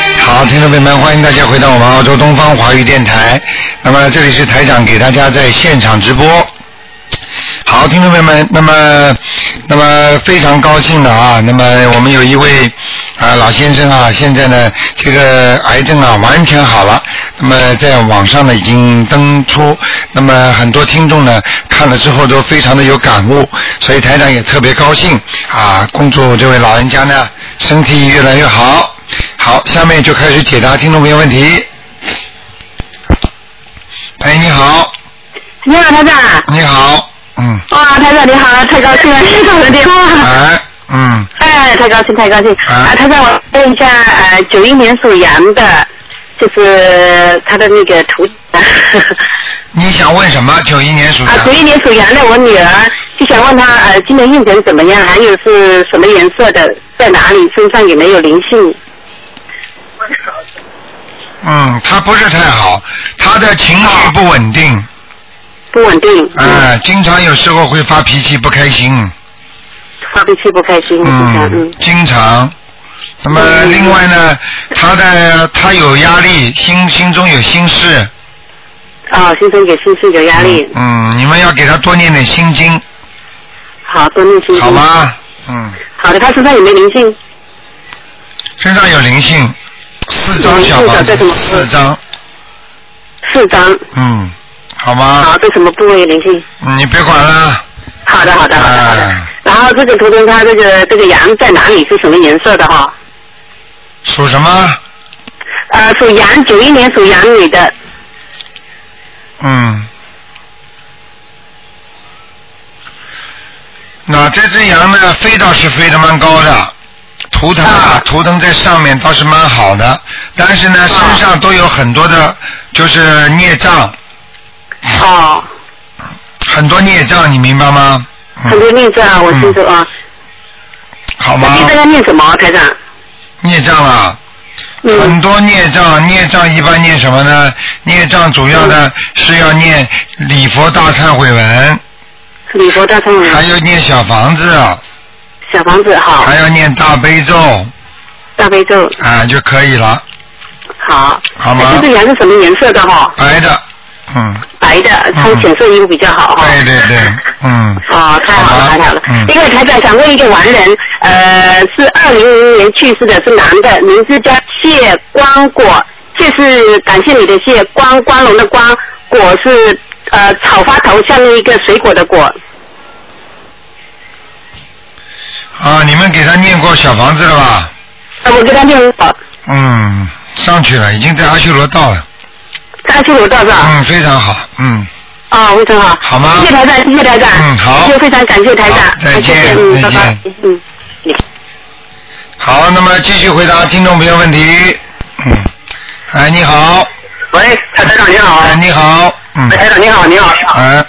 众朋友们，欢迎大家回到我们澳洲东方华语电台。那么这里是台长给大家在现场直播。好，听众朋友们，那么那么非常高兴的啊，那么我们有一位啊、老先生啊，现在呢这个癌症啊完全好了，那么在网上呢已经登出，那么很多听众呢看了之后都非常的有感悟，所以台长也特别高兴啊，恭祝这位老人家呢身体越来越好。好，下面就开始解答听众朋友问题。哎，你好，你好，台长。你好，嗯，哇，台长你好，太高兴了， 接到我的电话。哎，嗯，哎，太高兴，太高兴。啊啊，台长，我问一下，呃，九一年属羊的，就是他的那个图。啊你想问什么？九一年属 啊，九羊，一年属羊的我女儿，就想问她，呃，今年运程怎么样？还有是什么颜色的，在哪里？身上有没有灵性？嗯，他不是太好，他的情绪不稳定，不稳定。哎、经常有时候会发脾气，不开心，嗯。发脾气不开心，嗯嗯，经常。那么嗯另外呢，他的他有压力，心心中有心事，哦，先生给心事有压力，嗯，你们要给他多念点心经，好，多念心经好？吗？嗯。好的，她身上有没有灵性？身上有灵性，四张小房嗯有灵性的这子，种四张，四张。嗯，好吗嗯好，？啊这什么部位灵性？你别管了，好的，好的，好的，好的哎。然后这个图腾它这个这个羊在哪里？是什么颜色的哈？属什么？呃，属羊，九一年属羊女的。嗯。那这只羊呢，飞倒是飞得蛮高的，图腾啊啊，图腾在上面倒是蛮好的，但是呢，身上都有很多的，就是孽障，嗯哦，很多孽障，你明白吗？很多嗯，念字啊，我清楚啊。好吗那？现在要念什么，台长？孽障啊，很嗯，多孽障，孽障一般念什么呢？孽障主要的嗯是要念礼佛大忏悔文，礼佛大忏悔还文，有念小房子，啊小房子好还，要念大悲咒大悲咒啊就可以了，好。好吗哎这个羊是什么颜色的哈？白的，嗯，白的，穿嗯浅色衣服比较好哈。对对对，嗯，哦，太好了，好吧太好了嗯。那个台长想问一个完人，呃，是二零零年去世的，是男的，名字叫谢光果，谢是感谢你的谢，光光荣的光，果是呃草花头下面一个水果的果。啊，你们给他念过小房子了吧？呃，我给他念好，嗯，上去了，已经在阿修罗道了，大修罗道是吧？嗯，非常好，嗯，哦，非常好。好吗谢谢台长，谢谢台长。嗯好谢谢非常感谢台长好。再见谢谢嗯，再拜见拜。嗯。好，那么继续回答听众朋友问题，嗯，哎，你好，喂，蔡台长你好。哎，你好，嗯哎，。台长你好，你好。哎，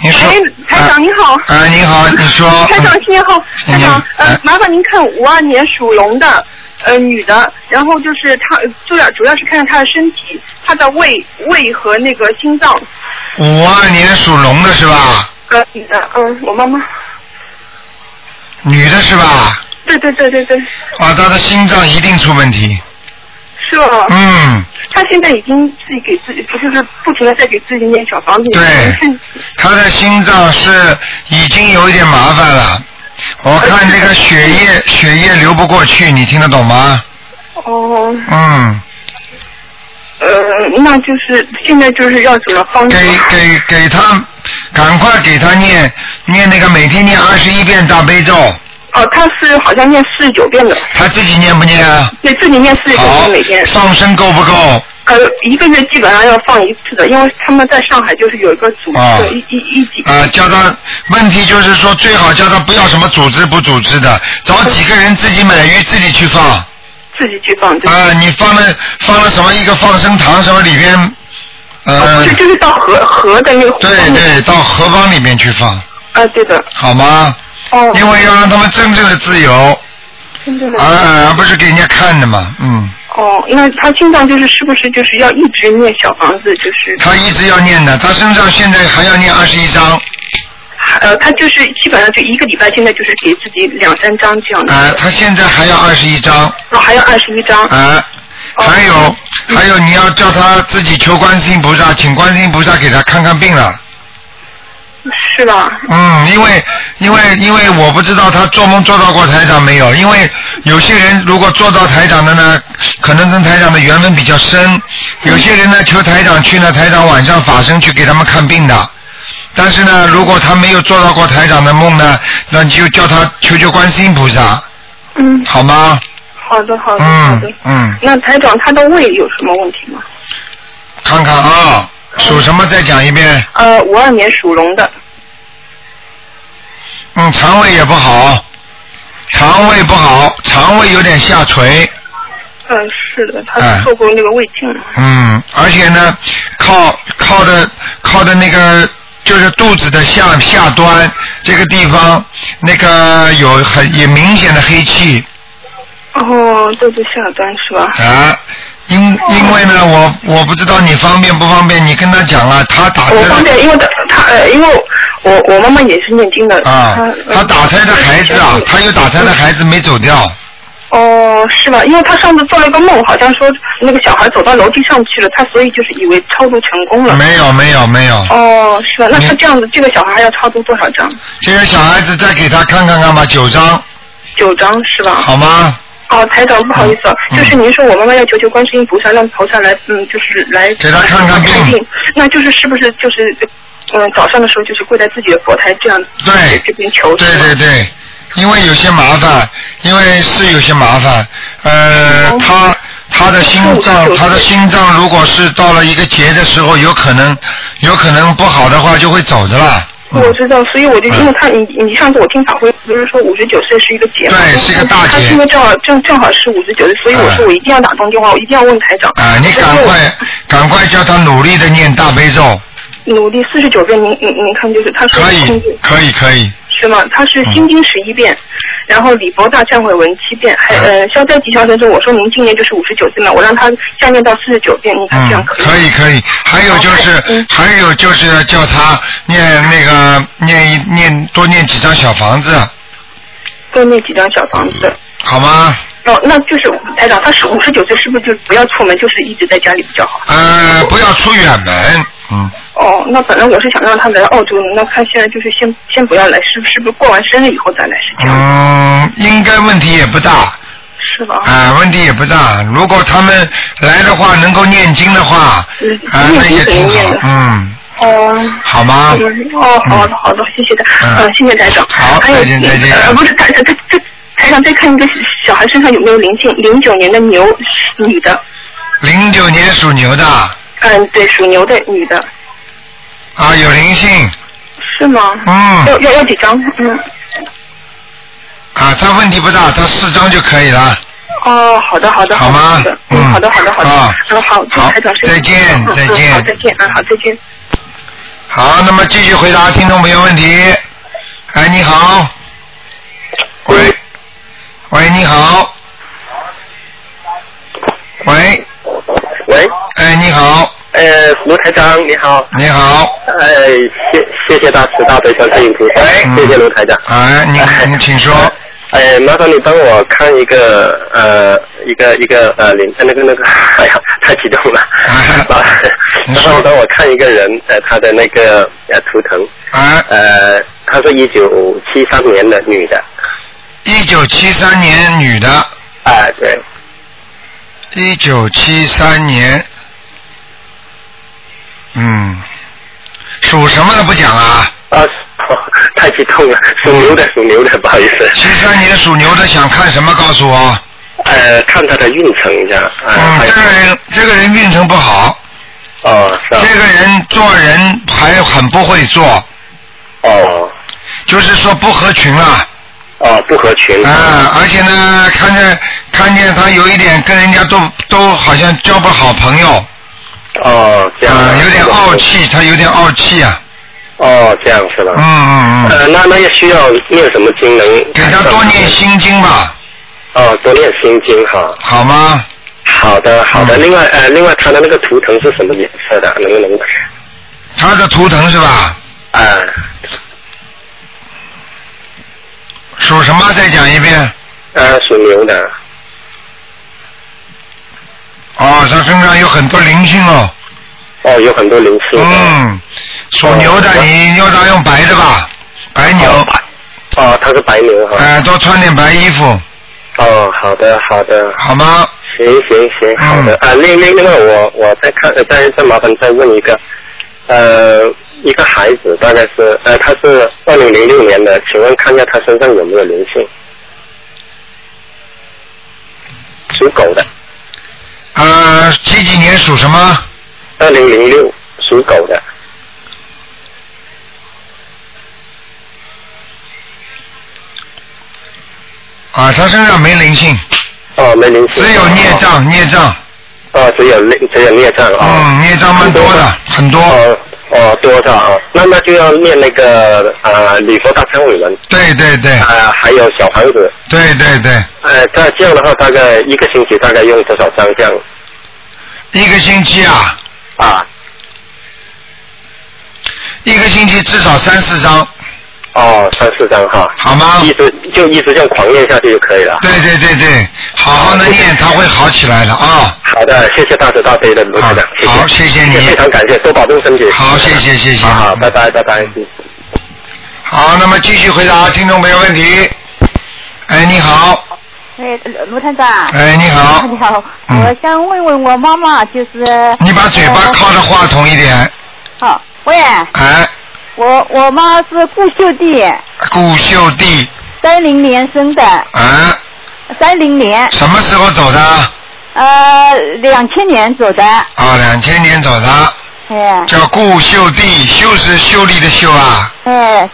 你说。哎，台长你好。哎、你好，你说。台长嗯新年好，台新长年，哎呃，麻烦您看五二年属龙的，呃，女的，然后就是她，主要主要是看看她的身体，她的胃、胃和那个心脏，五二年属龙的是吧？呃，女的，嗯，我妈妈，女的是吧？对对对对对，啊，她的心脏一定出问题。是哦，嗯，她现在已经自己给自己，不就是不停的在给自己念小房子，对看，她的心脏是已经有一点麻烦了。我看这个血液血液流不过去，你听得懂吗？哦，嗯，呃，那就是现在就是要怎么帮助？给给给她，赶快给她念念那个每天念二十一遍大悲咒，哦，她是好像念四十九遍的，她自己念不念啊？对自己念四十九好遍每天，。放生够不够？呃，一个月基本上要放一次的，因为他们在上海就是有一个组织、啊一一一级，啊，叫他问题就是说，最好叫他不要什么组织不组织的，找几个人自己买鱼自己去放。啊、自己去放，对吧？你放了放了什么一个放生堂什么里边，啊呃就，就是到河河的那个湖对边对，到河浜里面去放，啊，对的，好吗？哦，嗯因为啊要让他们真正的自由，真正的、而、而不是给人家看的嘛。嗯，哦，因为他心脏就是是不是就是要一直念小房子，就是他一直要念的，他身上现在还要念二十一章，呃，他就是基本上就一个礼拜，现在就是给自己两三张这样的，啊啊、他现在还要二十一章，然后还有二十一张，哦啊、还有还有，你要叫他自己求观世音菩萨，请观世音菩萨给他看看病了。是吧？嗯，因为因为因为我不知道他做梦做到过台长没有，因为有些人如果做到台长的呢，可能跟台长的缘分比较深；有些人呢求台长去呢，台长晚上法身去给他们看病的。但是呢，如果他没有做到过台长的梦呢，那你就叫他求求观世音菩萨，嗯，好吗？好的，好的，好的嗯。嗯，那台长他的胃有什么问题吗？看看啊，属什么再讲一遍。呃，五二年属龙的，嗯，肠胃也不好，肠胃不好，肠胃有点下垂。嗯、是的，哎他做过那个胃镜，嗯，而且呢，靠靠的靠的那个就是肚子的下下端这个地方，那个有很也明显的黑气哦，肚子下端是吧？啊。因因为呢，我我不知道你方便不方便，你跟他讲啊，他打我方胎便，因为他他呃，因为我我妈妈也是念经的，啊她，呃他打胎的孩子啊，他有打胎的孩子没走掉，哦，是吧？因为他上次做了一个梦，好像说那个小孩走到楼梯上去了，他所以就是以为超度成功了。没有没有没有，哦，是吧？那他你这样子，这个小孩要超度多少张？这个小孩子再给他看看看吧，九张九张是吧？好吗？哦，台长，不好意思啊，嗯就是您说我妈妈要求求观世音菩萨，让菩萨来，嗯，就是来给她看看看病 那就是是不是就是，嗯，早上的时候就是跪在自己的佛台这样对这边求对是吗对对，因为有些麻烦，因为是有些麻烦，呃，哦他他的心脏，是他的心脏如果是到了一个节的时候，有可能有可能不好的话就会走的啦。嗯我知道，所以我就嗯因为他，你你上次我听法会不是说五十九岁是一个节吗？对是一个大节嗯他今年正好正正好是五十九岁，所以我说我一定要打通电话，我一定要问台长。啊、你赶快赶快叫他努力的念大悲咒，努力四十九遍，您您您看就是他说可心以嗯经可以可以，是吗？他是心经十一遍，然后礼佛大忏悔文七遍，嗯还呃消灾吉祥神咒。我说您今年就是五十九岁嘛，我让他下念到四十九遍，你看嗯这样，以可吗？以可以。还有就是嗯还有就是叫他念那个念一念多念几张小房子，多念几张小房子。好吗？哦，那就是台长，他是五十九岁，是不是就不要出门，就是一直在家里比较好？呃，不要出远门，嗯。哦，那本来我是想让他来澳洲的，那看现在就是先先不要来，是不是不是过完生日以后再来是这样，嗯，应该问题也不大啊、是吧？问题也不大。如果他们来的话，能够念经的话，啊、嗯那也念经挺怎么念好呢，嗯，哦。好吗？嗯哦，好的好的，谢谢的，嗯呃，谢谢台长。好还有再见再见呃，不是台长，这这台长再看一个小孩身上有没有灵性，零九年的牛女的，零九年属牛的啊，嗯，对，属牛的女的，有灵性，是吗？嗯，要要要几张？嗯，啊，他问题不大，他四张就可以了。哦，好的好的，好吗的嗯嗯，好的好的好的啊，嗯好，好台长，谢谢再见嗯嗯再见好再见，嗯好再见。好，那么继续回答听众朋友问题。哎，你好，喂，喂，你好，喂，喂，哎，你好，呃，卢台长你好，你好，哎，谢谢谢大慈大悲观世音菩萨，嗯谢谢卢台长。哎，你你请说。哎，麻烦你帮我看一个呃，一个一个呃，领那个那个， 哎呀，太激动 了。麻烦你麻说烦你帮我看一个人，呃，他的那个呃图腾，哎，呃，她是一九七三年的女的，一九七三年女的，哎、对，一九七三年，嗯，属什么的不讲啊？啊、 哦太激动了，属牛的，属牛的，不好意思。七三年属牛的想看什么？告诉我。呃，看他的运程一下。呃、嗯，还有这个人这个人运程不好，哦，是吧？这个人做人还很不会做，哦就是说不合群啊。哦，不合群。啊，而且呢，看着看见他有一点跟人家都都好像交不好朋友，哦，这样、啊，有点傲。气，他有点傲气啊。哦，这样是吧？嗯嗯嗯，呃，那那也需要念什么经能？给他多念。心经吧，哦，多念心经哈。好吗？好的，好的。嗯另外，呃，另外他的那个图腾是什么颜色的？能不能？他的图腾是吧？啊、属什啊么？再讲一遍。呃，属牛的。哦，他身上有很多灵性哦。哦，有很多灵性。嗯，属牛的，你要他用白的吧？白牛。哦，他是白牛哈。哎，多穿点白衣服。哦，好的，好的。好吗？行行行，好嗯的。啊，另另另外，我我再看，呃再再麻烦再问一个，呃，一个孩子大概是，呃，他是二零零六年的，请问看一下他身上有没有灵性？属狗的，呃，几几年属什么？二零零六属狗的，啊，他身上没灵性，哦，没灵性。只有孽障，孽障，哦，只有孽只有孽障啊。嗯，孽障蛮多的，很多。哦哦，多少啊？那么就要念那个啊，礼佛大忏悔文，对对对啊、还有小房子，对对对，呃，那这样的话，大概一个星期大概用多少张这样一个星期啊，啊？一个星期至少三四张，哦，三四张哈。好吗一直就一直这样狂念下去就可以了。对对对对，好好的念，他会好起来的啊。好的，谢谢大慈大悲的卢台长，谢谢。好谢谢你非常感谢，多保重身体。好，谢谢谢谢。好，啊拜拜拜拜。好，那么继续回答听众朋友问题。哎，你好，哎，卢探长。哎你好你好，嗯我想问问我妈妈，就是。你把嘴巴靠着话筒一点。呃。哦，喂，哎，我我妈是顾秀娣，顾秀娣，三零年生的，哎，三零年，什么时候走的？啊，呃，两千年走的，两千年走的，哎叫顾秀娣，秀是秀丽的秀啊，哎，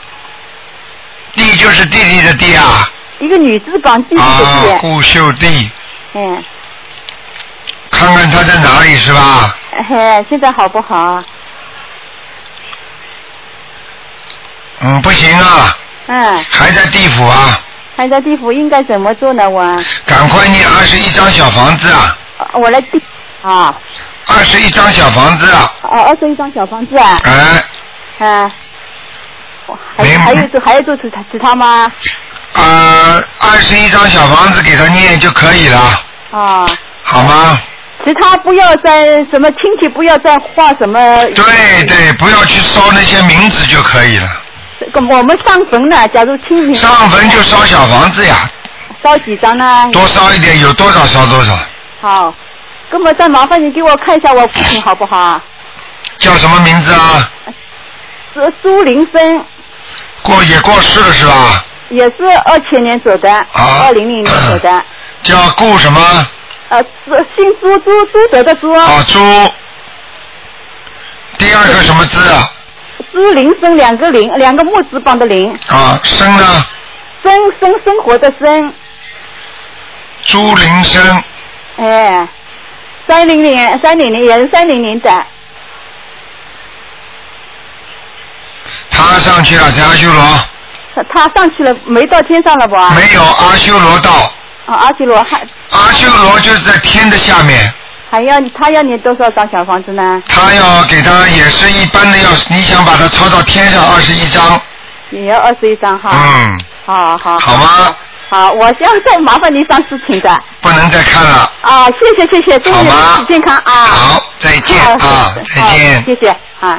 弟就是弟弟的弟啊。一个女字旁，弟弟啊的，弟，顾秀娣，嗯，看看他在哪里是吧？哎，现在好不好啊？嗯，不行啊，嗯，还在地府啊，还在地府，应该怎么做呢？我，赶快念二十一张小房子啊，呃我来地啊，二十一张小房子啊，哦，二十一张小房子啊，哎，啊，我还明白还有做还要做其他其他吗？呃，二十一张小房子给他念就可以了，啊，好吗？其他不要再什么亲戚不要再画什么，对对，不要去烧那些名字就可以了，我们上坟呢，假如清明上坟就烧小房子呀，烧几张呢？多烧一点，有多少烧多少。好，那么再麻烦你给我看一下我父嗯亲好不好啊？叫什么名字啊？是朱林生，过也过世了是吧？也是二千年走的，啊二零零年走 的，叫顾什么？呃，朱姓朱朱朱哲的朱，啊，朱。第二个什么字啊？朱林生两个林，两个木字旁的林，啊，生呢？生生生活的生，朱林生，哎，三零年三零年也是三零年的，他上去了，在阿修罗，他他上去了没到天上了不？啊，没有阿修罗道，阿修罗还阿修罗就是在天的下面，还要他要你多少张小房子呢？他要给他也是一般的要，你想把他抄到天上二十一章，也要二十一张哈。嗯，好好好吗？好，我要再麻烦您上事情的不能再看了，啊，谢谢谢谢，祝好你吗身体健康啊！好，再见啊好，再好见，谢谢啊。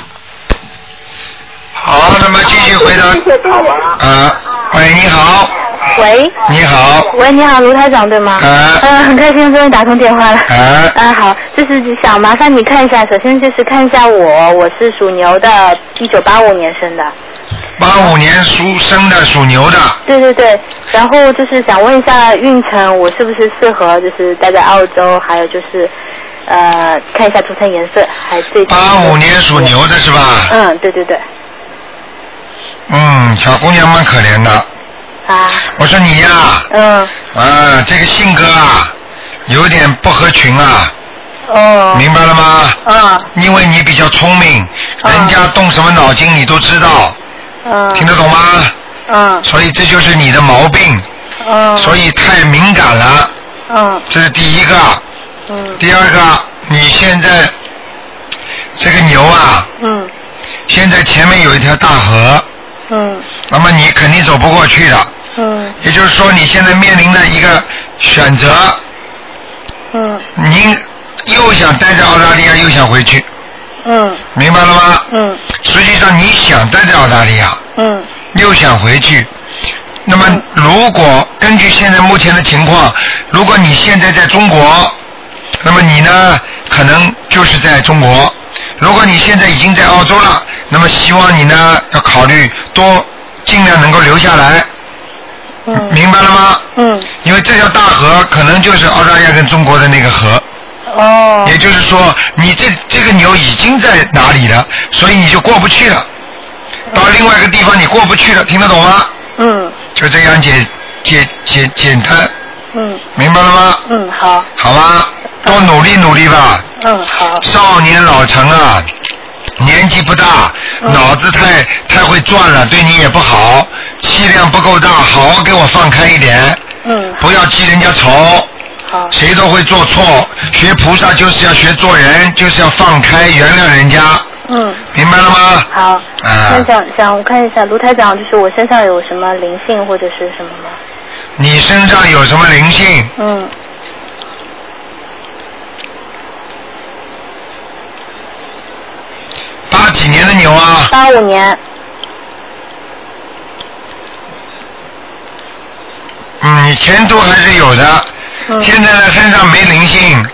好，那么继续回答，谢谢谢谢啊，喂，你好，喂，你好，喂，你好，卢台长对吗？哎呃嗯、很开心终于打通电话了。哎 啊，好，就是想麻烦你看一下，首先就是看一下我，我是属牛的，一九八五年生的。八五年属生的，属牛的，对对对，然后就是想问一下运程，我是不是适合就是待在澳洲，还有就是呃看一下图层颜色，还最近八五年属。牛的是呃吧？嗯，对对对，嗯，小姑娘蛮可怜的，啊，我说你呀、嗯，啊，这个性格啊，有点不合群啊，哦，明白了吗？嗯因为你比较聪明，嗯人家动什么脑筋你都知道，哦嗯听得懂吗？嗯所以这就是你的毛病，哦嗯，所以太敏感了，嗯这是第一个。嗯第二个，你现在这个牛啊，嗯现在前面有一条大河，嗯那么你肯定走不过去的。嗯也就是说，你现在面临的一个选择，嗯你又想待在澳大利亚，又想回去，嗯明白了吗？嗯实际上你想待在澳大利亚，嗯又想回去。那么，如果根据现在目前的情况，如果你现在在中国，那么你呢，可能就是在中国；如果你现在已经在澳洲了，那么希望你呢要考虑多尽量能够留下来，嗯明白了吗？嗯，因为这条大河可能就是澳大利亚跟中国的那个河，哦也就是说，你这这个牛已经在哪里了，所以你就过不去了，到另外一个地方你过不去了，听得懂吗？嗯就这样简简简简单，嗯明白了吗？嗯好好吧，多努力努力吧，嗯好少年老成啊，年纪不大，嗯脑子太太会转了，对你也不好，气量不够大，好好给我放开一点，嗯不要记人家仇。好谁都会做错，学菩萨就是要学做人，就是要放开原谅人家，嗯明白了吗？好。那啊，想想我看一下卢台长，就是我身上有什么灵性或者是什么吗？你身上有什么灵性？嗯八几年的牛啊，八五年嗯，你前途还是有的。嗯现在呢，身上没灵性，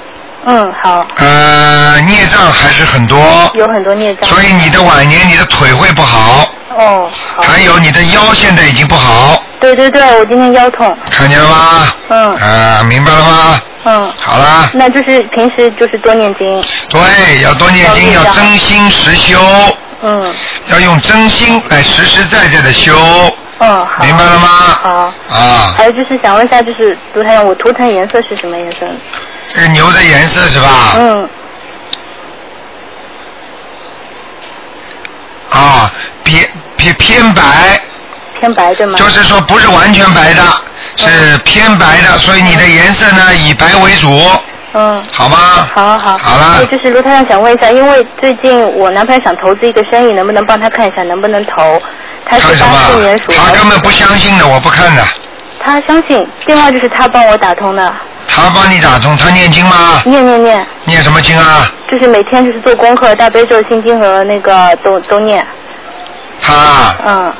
嗯好呃，孽障还是很多，有很多孽障所以你的晚年你的腿会不好，哦好还有你的腰现在已经不好，对对对我今天腰痛看见了吗？嗯啊、明白了吗？嗯好啦，那就是平时就是多念经对，要多念经，多念要经真心实修，嗯要用真心来实实在在的修，嗯好明白了吗？好啊，还有就是想问一下，就是卢台长，我图腾颜色是什么颜色？这个牛的颜色是吧？嗯啊，偏偏偏白，偏白对吗？就是说不是完全白的，嗯是偏白的，所以你的颜色呢以白为主，嗯。好吗？好好好所了以，就是卢台长想问一下，因为最近我男朋友想投资一个生意，能不能帮他看一下，能不能投？他看是什八四么年？属他猴根本不相信的，我不看的。他相信。另外就是他帮我打通的，他帮你打通，他念经吗？念念念，念什么经啊？就是每天就是做功课，大悲咒、心经和那个都都念。他啊，嗯，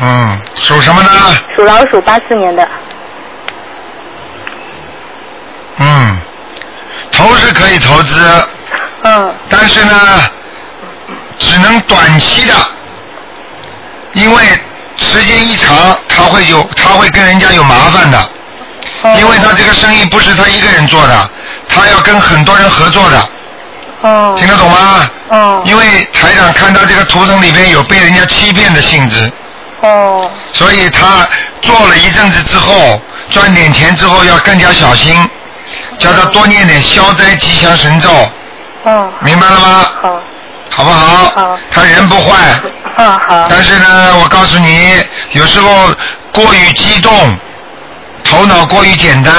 嗯，属什么呢？属老鼠，八四年的。嗯，投是可以投资，嗯但是呢，只能短期的，因为时间一长，他会有，他会跟人家有麻烦的，哦因为他这个生意不是他一个人做的，他要跟很多人合作的，哦听得懂吗？哦因为台长看到这个图腾里边有被人家欺骗的性质，哦所以他做了一阵子之后，赚点钱之后要更加小心，叫他多念点消灾吉祥神咒，哦，明白了吗？好。好不好？好他人不坏，嗯好，但是呢，我告诉你，有时候过于激动，头脑过于简单，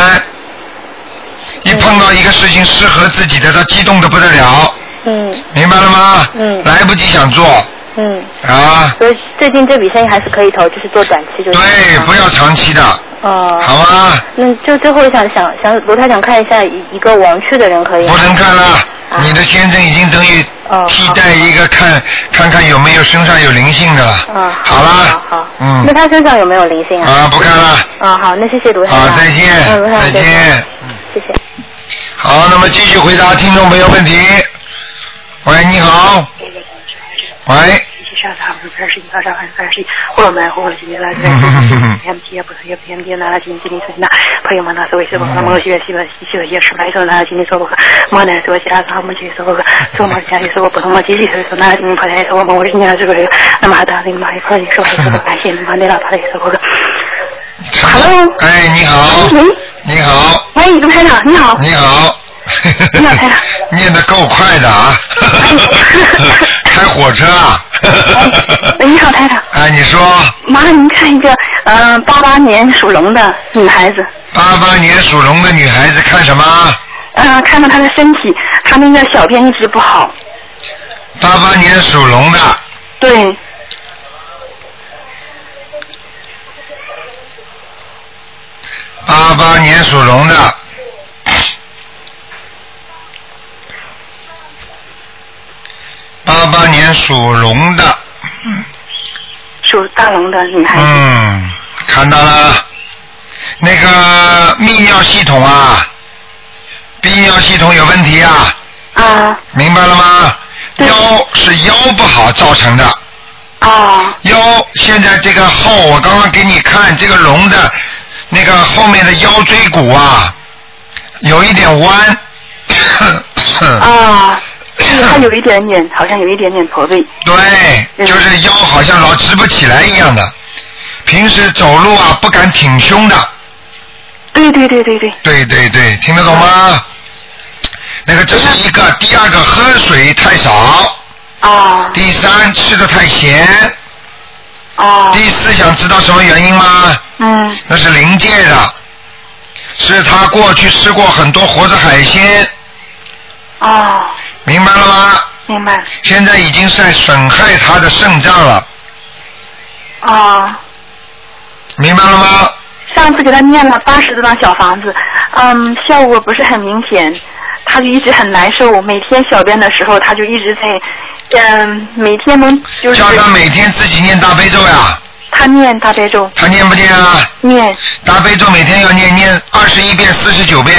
一碰到一个事情适合自己的，他激动的不得了，嗯明白了吗？嗯来不及想做嗯，啊，所以最近这笔生意还是可以投，就是做短期就行。对，不要长期的，哦、好吗？那就最后想想想罗台长看一下一一个亡去的人可以吗不？能看了，你的先生已经等于哦替代一个看看看有没有身上有灵性的了嗯，。好好啦好，，那嗯，他身上有没有灵性啊？啊，不看了，啊，好，那谢谢卢台长。好，再嗯，卢见，台再长见，见。谢谢。好，那么继续回答听众朋友问题。喂，你好。喂。嗯 Hello 嗯哎，你好。你好，喂，卢台长，你好。你好。你好台长 念的够快的 啊！开火车啊！哎你好，台长， 哎，你说麻烦您看一个，呃，八八年属龙的女孩子，八八年属龙的女孩子看什么？呃，看看她的身体，她那个小便一直不好。八八年属龙的，对，八八年属龙的，年属龙的，属大龙的女孩子。嗯，看到了，那个泌尿系统啊，泌尿系统有问题啊，啊明白了吗？腰是腰不好造成的，啊腰现在这个后，我刚刚给你看这个龙的那个后面的腰椎骨啊，有一点弯。啊！ 她有一点点，好像有一点点驼背。嗯对，就是腰好像老直不起来一样的，平时走路啊不敢挺胸的。对对对对对。对对对，听得懂吗？那个这是一个，第二个喝水太少，啊第三吃的太咸，啊第四想知道什么原因吗？嗯那是临界的，是他过去吃过很多活着海鲜，啊，明白了吗？明白现在已经在损害他的肾脏了，啊。明白了吗？上次给她念了八十多张小房子，嗯，效果不是很明显，她就一直很难受。每天小便的时候，她就一直在，嗯，每天能就是叫他每天自己念大悲咒呀，她念大悲咒，他念不念啊？念大悲咒每天要念念二十一遍、四十九遍，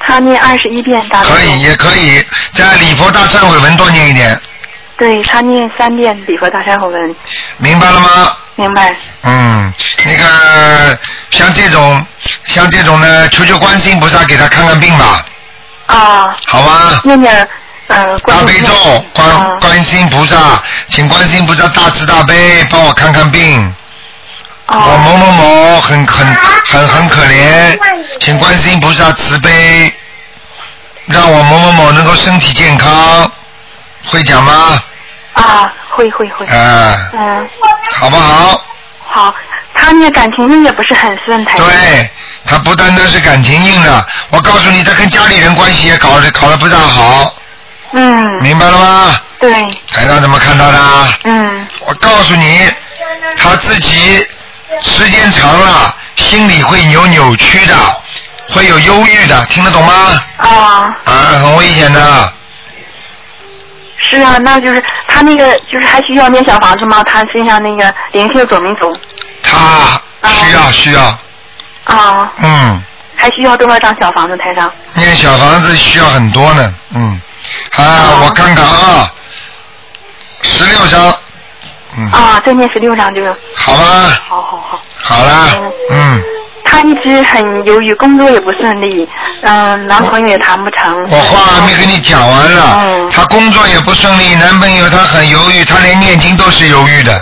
她念二十一遍大悲咒，可以也可以，在礼佛大忏悔文多念一点，对她念三遍礼佛大忏悔文，明白了吗？明白？嗯，那个像这种像这种呢，求求观世音菩萨给他看看病吧，啊，好吗？念念呃，观大音悲咒菩萨，观啊观世音菩萨，请观世音菩萨大慈大悲，帮我看看病。我啊某某某很很很很可怜，请观世音菩萨慈悲，让我某某某能够身体健康。会讲吗？啊，会会会，啊，嗯，好不好？好，她念感情运也不是很顺，台长对，他不单单是感情硬的，我告诉你，他跟家里人关系也搞得搞得不大好，嗯，明白了吗？对，台上怎么看到的啊？嗯，我告诉你，他自己时间长了，心里会有扭曲的，会有忧郁的，听得懂吗？啊，啊，很危险的。是啊，那就是她那个就是还需要念小房子吗？她身上那个灵性走没走？他需要需要，啊，嗯，还需要多少张小房子，台上？念小房子需要很多呢，嗯，啊，哦我看看啊，十六张，嗯，啊，再念十六张就好吧，好好好。好啊啦，嗯，她一直很由于工作也不顺利，嗯、男朋友也谈不成。我话还没跟你讲完了，嗯他工作也不顺利，男朋友他很犹豫，他连念经都是犹豫的，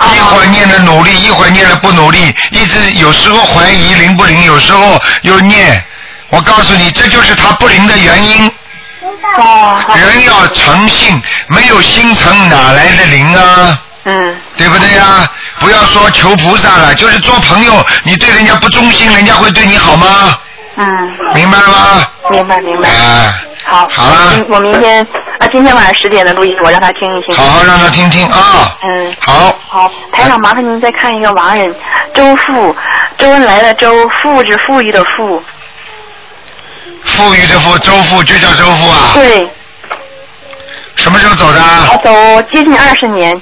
啊一会儿念的努力，一会儿念的不努力，一直有时候怀疑灵不灵，有时候又念，我告诉你，这就是他不灵的原因。哦，好人要诚信，没有心诚哪来的灵啊？嗯，对不对啊？不要说求菩萨了，就是做朋友，你对人家不忠心，人家会对你好吗？嗯，明白了吗？明白明白。哎，好，好啦嗯我明天啊，今天晚上十点的录音，我让他听一听。好好让他听听啊。嗯，好，好，台长，麻烦您再看一个盲人周富，周恩来的周，富是富裕的富，富裕的富，周富就叫周富啊。对，哦什么时候走的啊他？走接近二十年，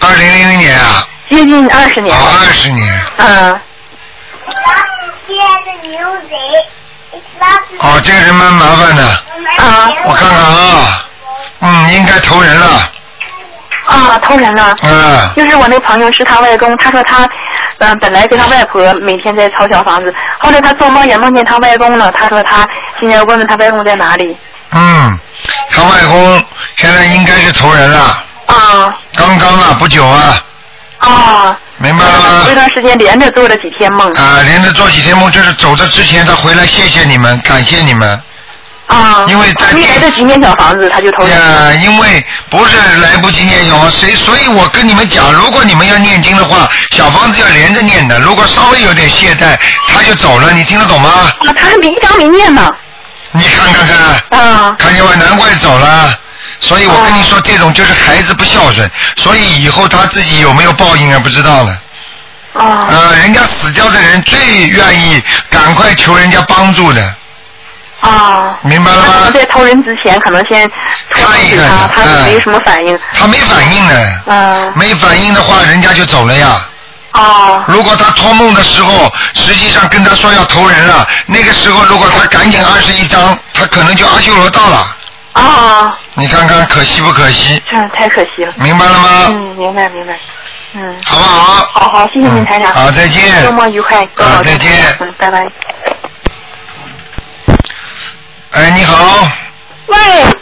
二零零零年啊，接近二十年哦，了，二十年。嗯，哦，这个人蛮麻烦的，啊我看看啊，嗯，应该投人了，啊，偷人了。嗯，就是我那个朋友是他外公，他说他，嗯、本来跟他外婆每天在抄小房子，后来他做梦也梦见他外公了，他说他现在问问他外公在哪里。嗯，他外公现在应该是投人了，啊刚刚啊，不久啊，啊，明白了这吗？段时间连着做了几天梦。啊，连着做几天梦，就是走的之前他回来谢谢你们，感谢你们。啊，因为在没来得及念小房子，他就投人呀，了。因为不是来不及念小房，谁？所以我跟你们讲，如果你们要念经的话，小房子要连着念的。如果稍微有点懈怠，他就走了，你听得懂吗？啊，他还没一张没念呢。你看看看。啊看见吗？难怪走了。所以我跟你说，这种就是孩子不孝顺，所以以后他自己有没有报应还不知道呢。啊呃，人家死掉的人最愿意赶快求人家帮助的，啊，明白了那可吗能？在投人之前，可能先拖上看去一他，看他嗯没有什么反应。他没反应呢，嗯，没反应的话，人家就走了呀。哦，啊如果他托梦的时候，实际上跟他说要投人了，那个时候如果他赶紧二十一张，他可能就阿修罗到了。啊哦，你看看可惜不可惜？这样太可惜了。明白了吗？嗯，明白明白。嗯，好不好？好好，谢谢您台长。嗯好再哎见周末愉快。各位好啊老师再见嗯，拜拜。哎，你好，喂，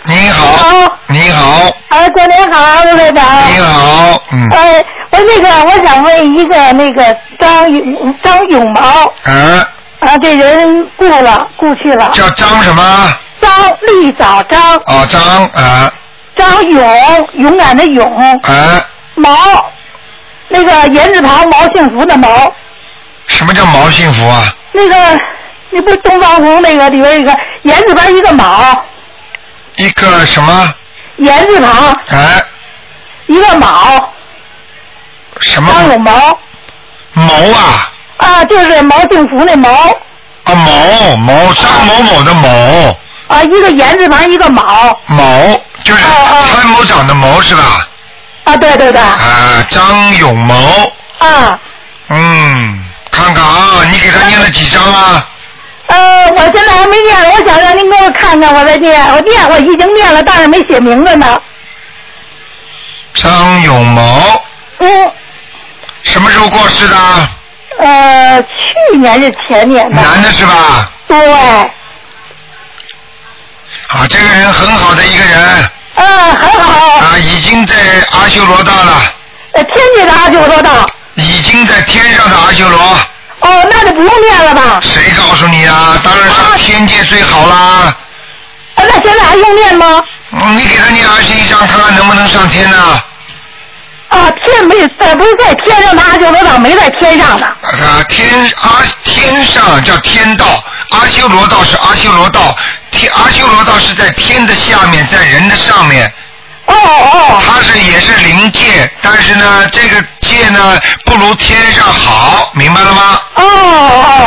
你你嗯好，好，你好，哎，过年好，陆队长。你好，嗯，呃，我那个我想问一个那个张永张永毛嗯啊，啊，这人故了故去了，叫张什么？张立早张哦，张啊张勇勇敢的勇啊，毛，那个言字旁毛幸福的毛，什么叫毛幸福啊？那个那不是东方红那个里边一个言字旁一个卯，一个什么？言字旁啊，一个卯，什张么永毛毛啊？啊，就是毛幸福那毛啊，毛毛张某某的某啊，一个言字旁一个卯毛，就是哦哦参谋长的谋是吧？啊，对对对啊，张永谋，啊。嗯，看看啊，你给他念了几张啊？呃，我现在还没念，我想让您给我看看我的念，我念我已经念了，但是没写名字呢。张永谋嗯，什么时候过世的？呃，去年是前年吧。男的是吧？对，啊，这个人很好的一个人呃，很好，啊，已经在阿修罗道了，呃，天津的阿修罗道。已经在天上的阿修罗。哦，那就不用念了吧？谁告诉你啊？当然上天界最好啦。呃那现在还用念吗？嗯你给他念二十一章，看看能不能上天呢、啊，天没在，不是在天上的阿修罗道，没在天上的。啊，天阿天上叫天道，阿修罗道是阿修罗道，天阿修罗道是在天的下面，在人的上面，哦哦它是也是灵界，但是呢，这个界呢不如天上好，明白了吗？哦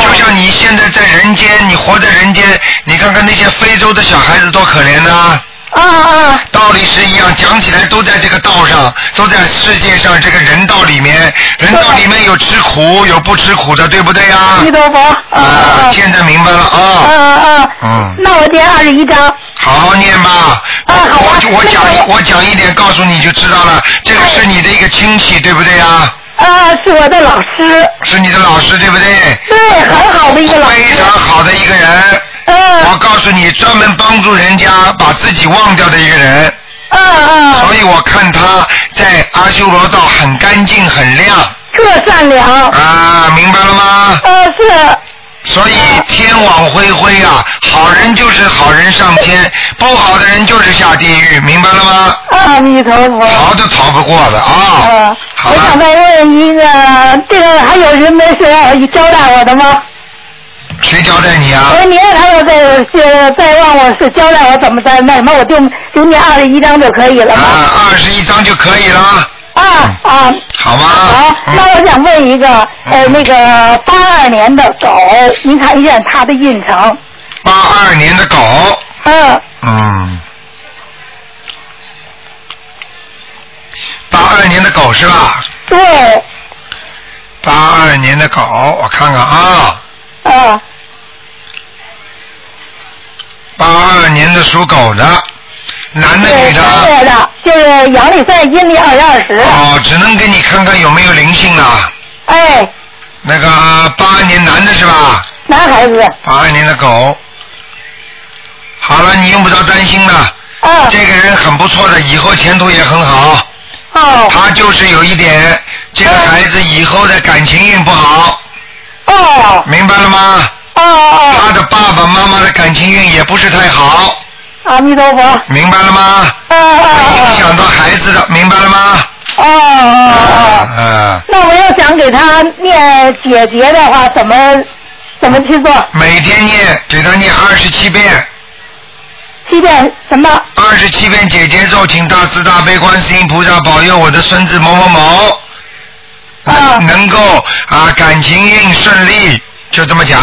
就哦像你现在在人间，你活在人间，你看看那些非洲的小孩子多可怜呐、啊啊道理是一样，讲起来都在这个道上，都在世界上这个人道里面，人道里面有吃苦，有不吃苦的，对不对呀、阿啊弥？陀佛。啊现在明白了啊啊，啊！嗯那我念二十一章。好好念吧。啊好啊我我我那讲个我讲一点，告诉你就知道了。这个是你的一个亲戚，嗯对不对呀、啊？啊，是我的老师，是你的老师，对不对？对，很好的一个老非师常。好的一个人，我嗯告诉你，专门帮助人家把自己忘掉的一个人。嗯嗯所，以我看他在阿修罗道很干净、很亮。特善良。啊，明白了吗？呃，是所以天网恢恢啊，好人就是好人上天，不好的人就是下地狱，明白了吗？阿弥陀佛。逃都逃不过的啊呃。，好嗯我了，想再问一个，这个还有人没事要交代我的吗？谁交代你啊我？说您还要再呃再让我是交代我怎么再那什么，我就就念二十一章就可以了啊吗？，二十一章就可以了，啊啊，好吗？好，嗯那我想问一个，呃，那个八二年的狗，您看一下它的运程。八二年的狗，嗯，嗯，八二年的狗是吧？对，八二年的狗，我看看啊。嗯八二年的属狗的，男的对，女的？对的，就是阳历三，阴历二月二十。哦，只能给你看看有没有灵性了。哎，那个八二年男的是吧？男孩子，八二年的狗。好了，你用不着担心了，啊，这个人很不错的，以后前途也很好。哦，他就是有一点，这个孩子以后的感情运不好，哦，明白了吗？哦他哦，的爸爸妈妈的感情运也不是太好，阿弥陀佛，啊明白了吗？啊影啊响到孩子的，明白了吗？哦哦哦，嗯。那我要想给他念解结的话，怎么怎么去做？每天念，给他念二十七遍，七遍什么？二十七遍姐姐咒，请大慈大悲观世音菩萨保佑我的孙子某某某，啊能够啊感情运顺利，就这么讲。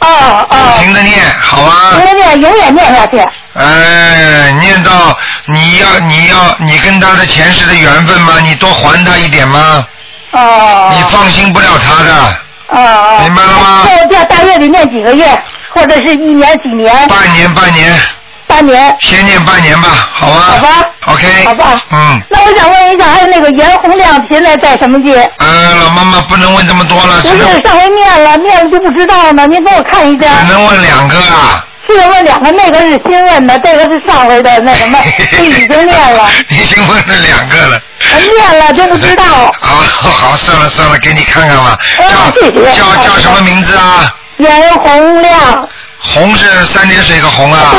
哦哦哦，停着念，好吧永？远念，永远念下去。哎，念到你要你要你跟他的前世的缘分吗？你多还他一点吗？哦。你放心不了他的，哦哦。明白了吗那我这大约得念几个月，或者是一年、几年、半年半年，半年？先念半年吧，好吧？好吧 OK。好吧嗯。那我想问一下，还有那个袁洪亮现在在什么界？呃，老妈妈不能问这么多了，不只能是上回念了，念了就不知道呢。您给我看一只下，能问两个啊。是问两个，那个是新问的，这个是上回的那 什么，这已经念了，已经问了两个了。呃念了就不知道。好好，算了算了，给你看看吧。哎谢叫谢叫叫什么名字啊？袁洪亮，红是三点水一个红啊，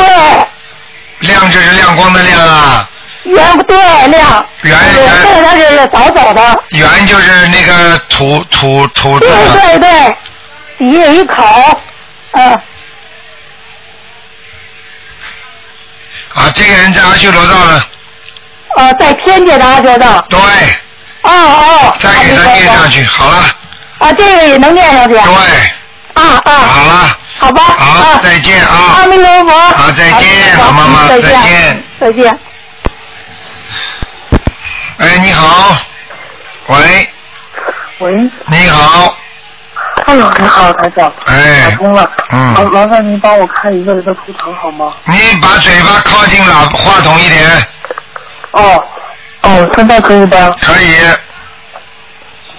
对，亮就是亮光的亮啊，袁对亮，袁对袁这个他是早走的，圆就是那个土土土字对啊对对，底下有一口，嗯，啊，这个人在阿修罗道了，呃，在天界的阿修道，对，哦哦，再给他阿弥念陀佛上去，好了，啊，这个也能念上去，对，啊啊，好了，好吧，好啊，再见啊阿弥陀佛，好再见好老妈妈再再见见，再见，哎，你好，喂，喂，你好，哎呦，你好，台长，打哎，通了，麻嗯，麻烦您帮我看一个人的图腾好吗？你把嘴巴靠近喇话筒一点，哦，哦，现在可以吧？可以，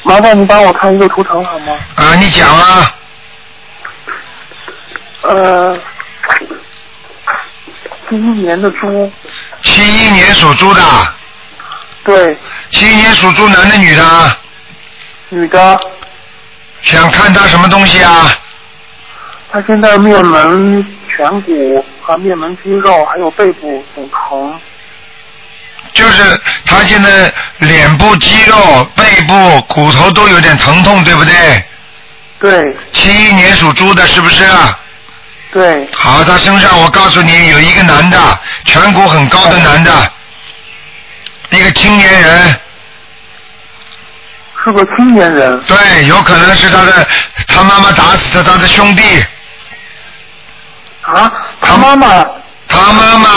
麻烦您帮我看一个图腾好吗？啊，你讲啊，呃，一一年的猪，七一年属猪的，对，七一年属猪男的女的，女的，想看他什么东西啊？她现在面门颧骨和面门肌肉还有背部总疼，就是他现在脸部肌肉、背部骨头都有点疼痛，对不对？对七一年属猪的，是不是？对，好，他身上我告诉你有一个男的，颧骨很高的男的，一个青年人，是个青年人，对，有可能是他的他妈妈打死的他的兄弟，啊，他她妈妈，他妈妈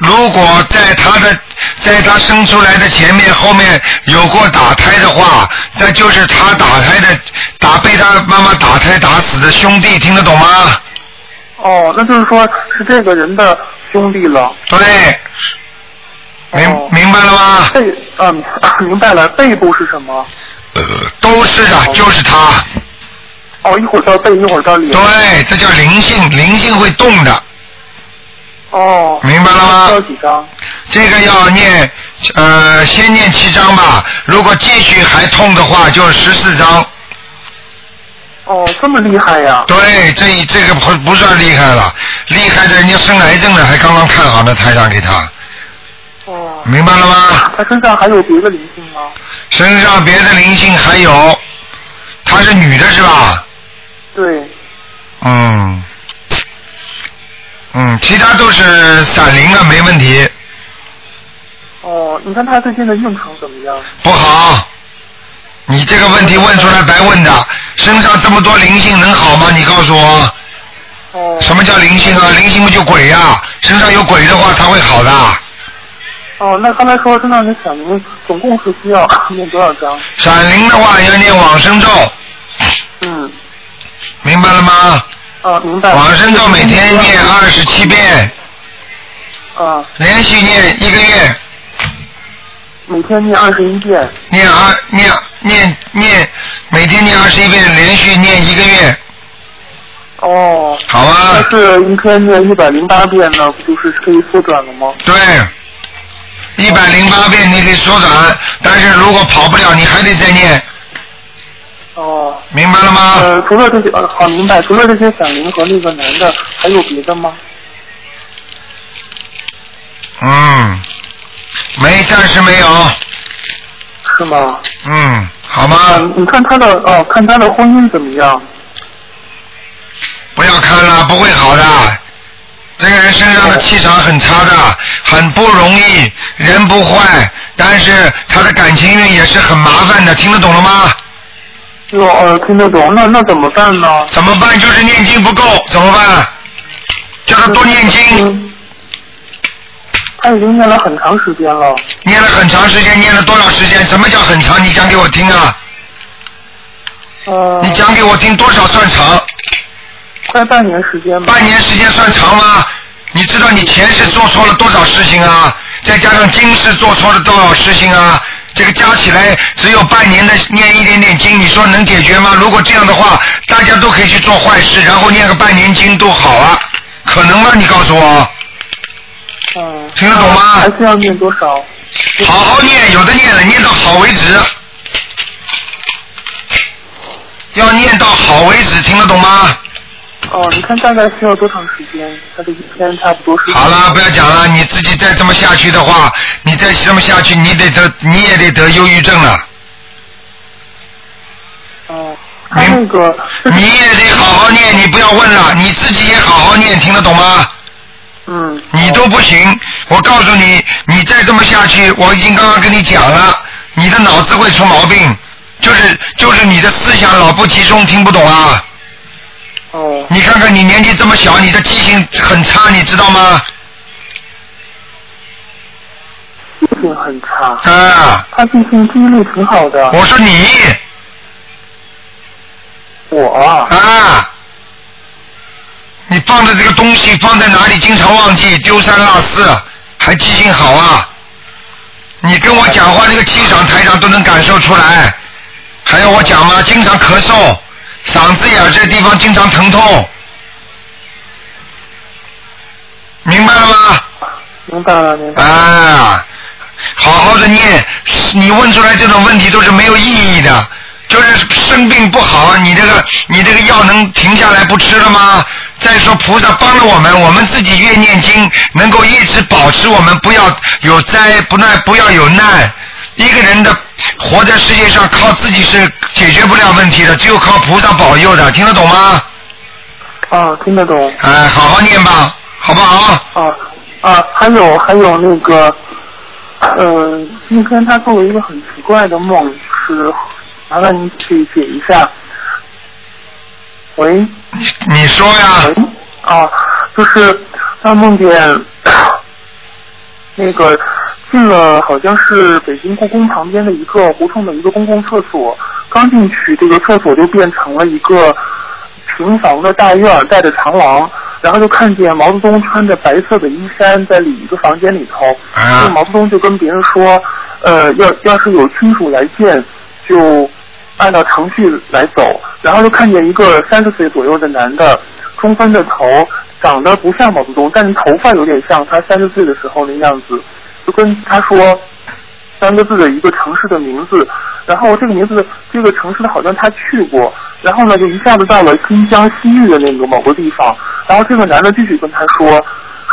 如果在他的在他生出来的前面后面有过打胎的话，那就是他打胎的打被他妈妈打胎打死的兄弟，听得懂吗？哦，那就是说是这个人的兄弟了。对，明、哦明白了吗？背，嗯，明白了，背部是什么？呃，都是的，就是他。哦，一会儿到背，一会儿到脸。对，这叫灵性，灵性会动的，哦，明白了吗需要几张？这个要念呃先念七章吧，如果继续还痛的话，就十四章。哦，这么厉害呀！对，这一这个不不算厉害了，厉害的人家生癌症了，还刚刚看好呢，台长给他，哦，明白了吗？他身上还有别的灵性吗？身上别的灵性还有，她是女的是吧？对，嗯，嗯，其他都是散灵了，没问题，哦，你看他最近的运程怎么样？不好。你这个问题问出来白问的，身上这么多灵性能好吗？你告诉我，哦，什么叫灵性啊？灵性不就鬼呀、身上有鬼的话，他会好的。哦，那刚才说身上的小灵总共是需要 念多少张？闪灵的话要念往生咒，嗯，明白了吗？啊，明白了。往生咒每天念啊二十七遍，啊，连续念一个月，每天念二十一遍。念二念念念，每天念二十一遍，连续念一个月，哦，好吗但？是一天念一百零八遍呢，不就是可以缩短了吗？对，一百零八遍你可以缩短，但是如果跑不了，你还得再念，哦，明白了吗？呃，除了这些，呃，好明白，除了这些响铃和那个男的，还有别的吗？嗯，没，暂时没有，是吗？嗯，好啊，吗？你看他的哦，看他的婚姻怎么样？不要看了，不会好的。这个人身上的气场很差的，很不容易，人不坏，但是他的感情运也是很麻烦的，听得懂了吗？就呃听得懂，那那怎么办呢？怎么办？就是念经不够，怎么办？叫他多念嗯经。他已经念了很长时间了，念了很长时间，念了多少时间？什么叫很长？你讲给我听啊！呃，你讲给我听，多少算长？快半年时间吧。半年时间算长吗？你知道你前世做错了多少事情啊？再加上今世做错了多少事情啊？这个加起来只有半年的念一点点经，你说能解决吗？如果这样的话，大家都可以去做坏事，然后念个半年经都好啊，可能吗？你告诉我，嗯。听得懂吗还是要念多少？好好念，有的念了，念到好为止，要念到好为止，听得懂吗？哦，你看大概需要多长时间？他这一天差不多是。好了，不要讲了，你自己再这么下去的话，你再这么下去，你得得你也得得忧郁症了。哦，他那个你也得好好念，你不要问了，你自己也好好念，听得懂吗？嗯，你都不行，我告诉你，你再这么下去，我已经刚刚跟你讲了，你的脑子会出毛病，就是就是你的思想老不集中，听不懂啊。哦，你看看你年纪这么小，你的记性很差，你知道吗？记性很差，啊，他记性记忆力挺好的。我说你我啊，啊，你放的这个东西放在哪里，经常忘记，丢三落四，还记性好啊？你跟我讲话那个气场、台长都能感受出来，还要我讲吗？经常咳嗽，嗓子眼儿这地方经常疼痛，明白了吗？明白了，明白了。啊，好好的念，你问出来这种问题都是没有意义的。就是生病不好，你这个你这个药能停下来不吃了吗？再说菩萨帮了我们，我们自己越念经，能够一直保持我们不要有灾不难，不要有难。一个人的活在世界上，靠自己是解决不了问题的，只有靠菩萨保佑的，听得懂吗？啊，听得懂。哎，好好念吧，好不好？啊啊，还有还有那个，呃，那天他做了一个很奇怪的梦，是麻烦您去解一下。喂你你说呀，喂，啊，就是他梦见 那个进了好像是北京故宫旁边的一个胡同的一个公共厕所，刚进去这个厕所就变成了一个平房的大院儿，带着长廊，然后就看见毛泽东穿着白色的衣衫在里一个房间里头，啊那毛泽东就跟别人说，呃，要要是有亲属来见，就按照程序来走，然后就看见一个三十岁左右的男的，中分的头，长得不像毛泽东，但是头发有点像他三十岁的时候那样子，就跟他说三个字的一个城市的名字，然后这个名字这个城市的好像他去过，然后呢就一下子到了新疆西域的那个某个地方，然后这个男的继续跟他说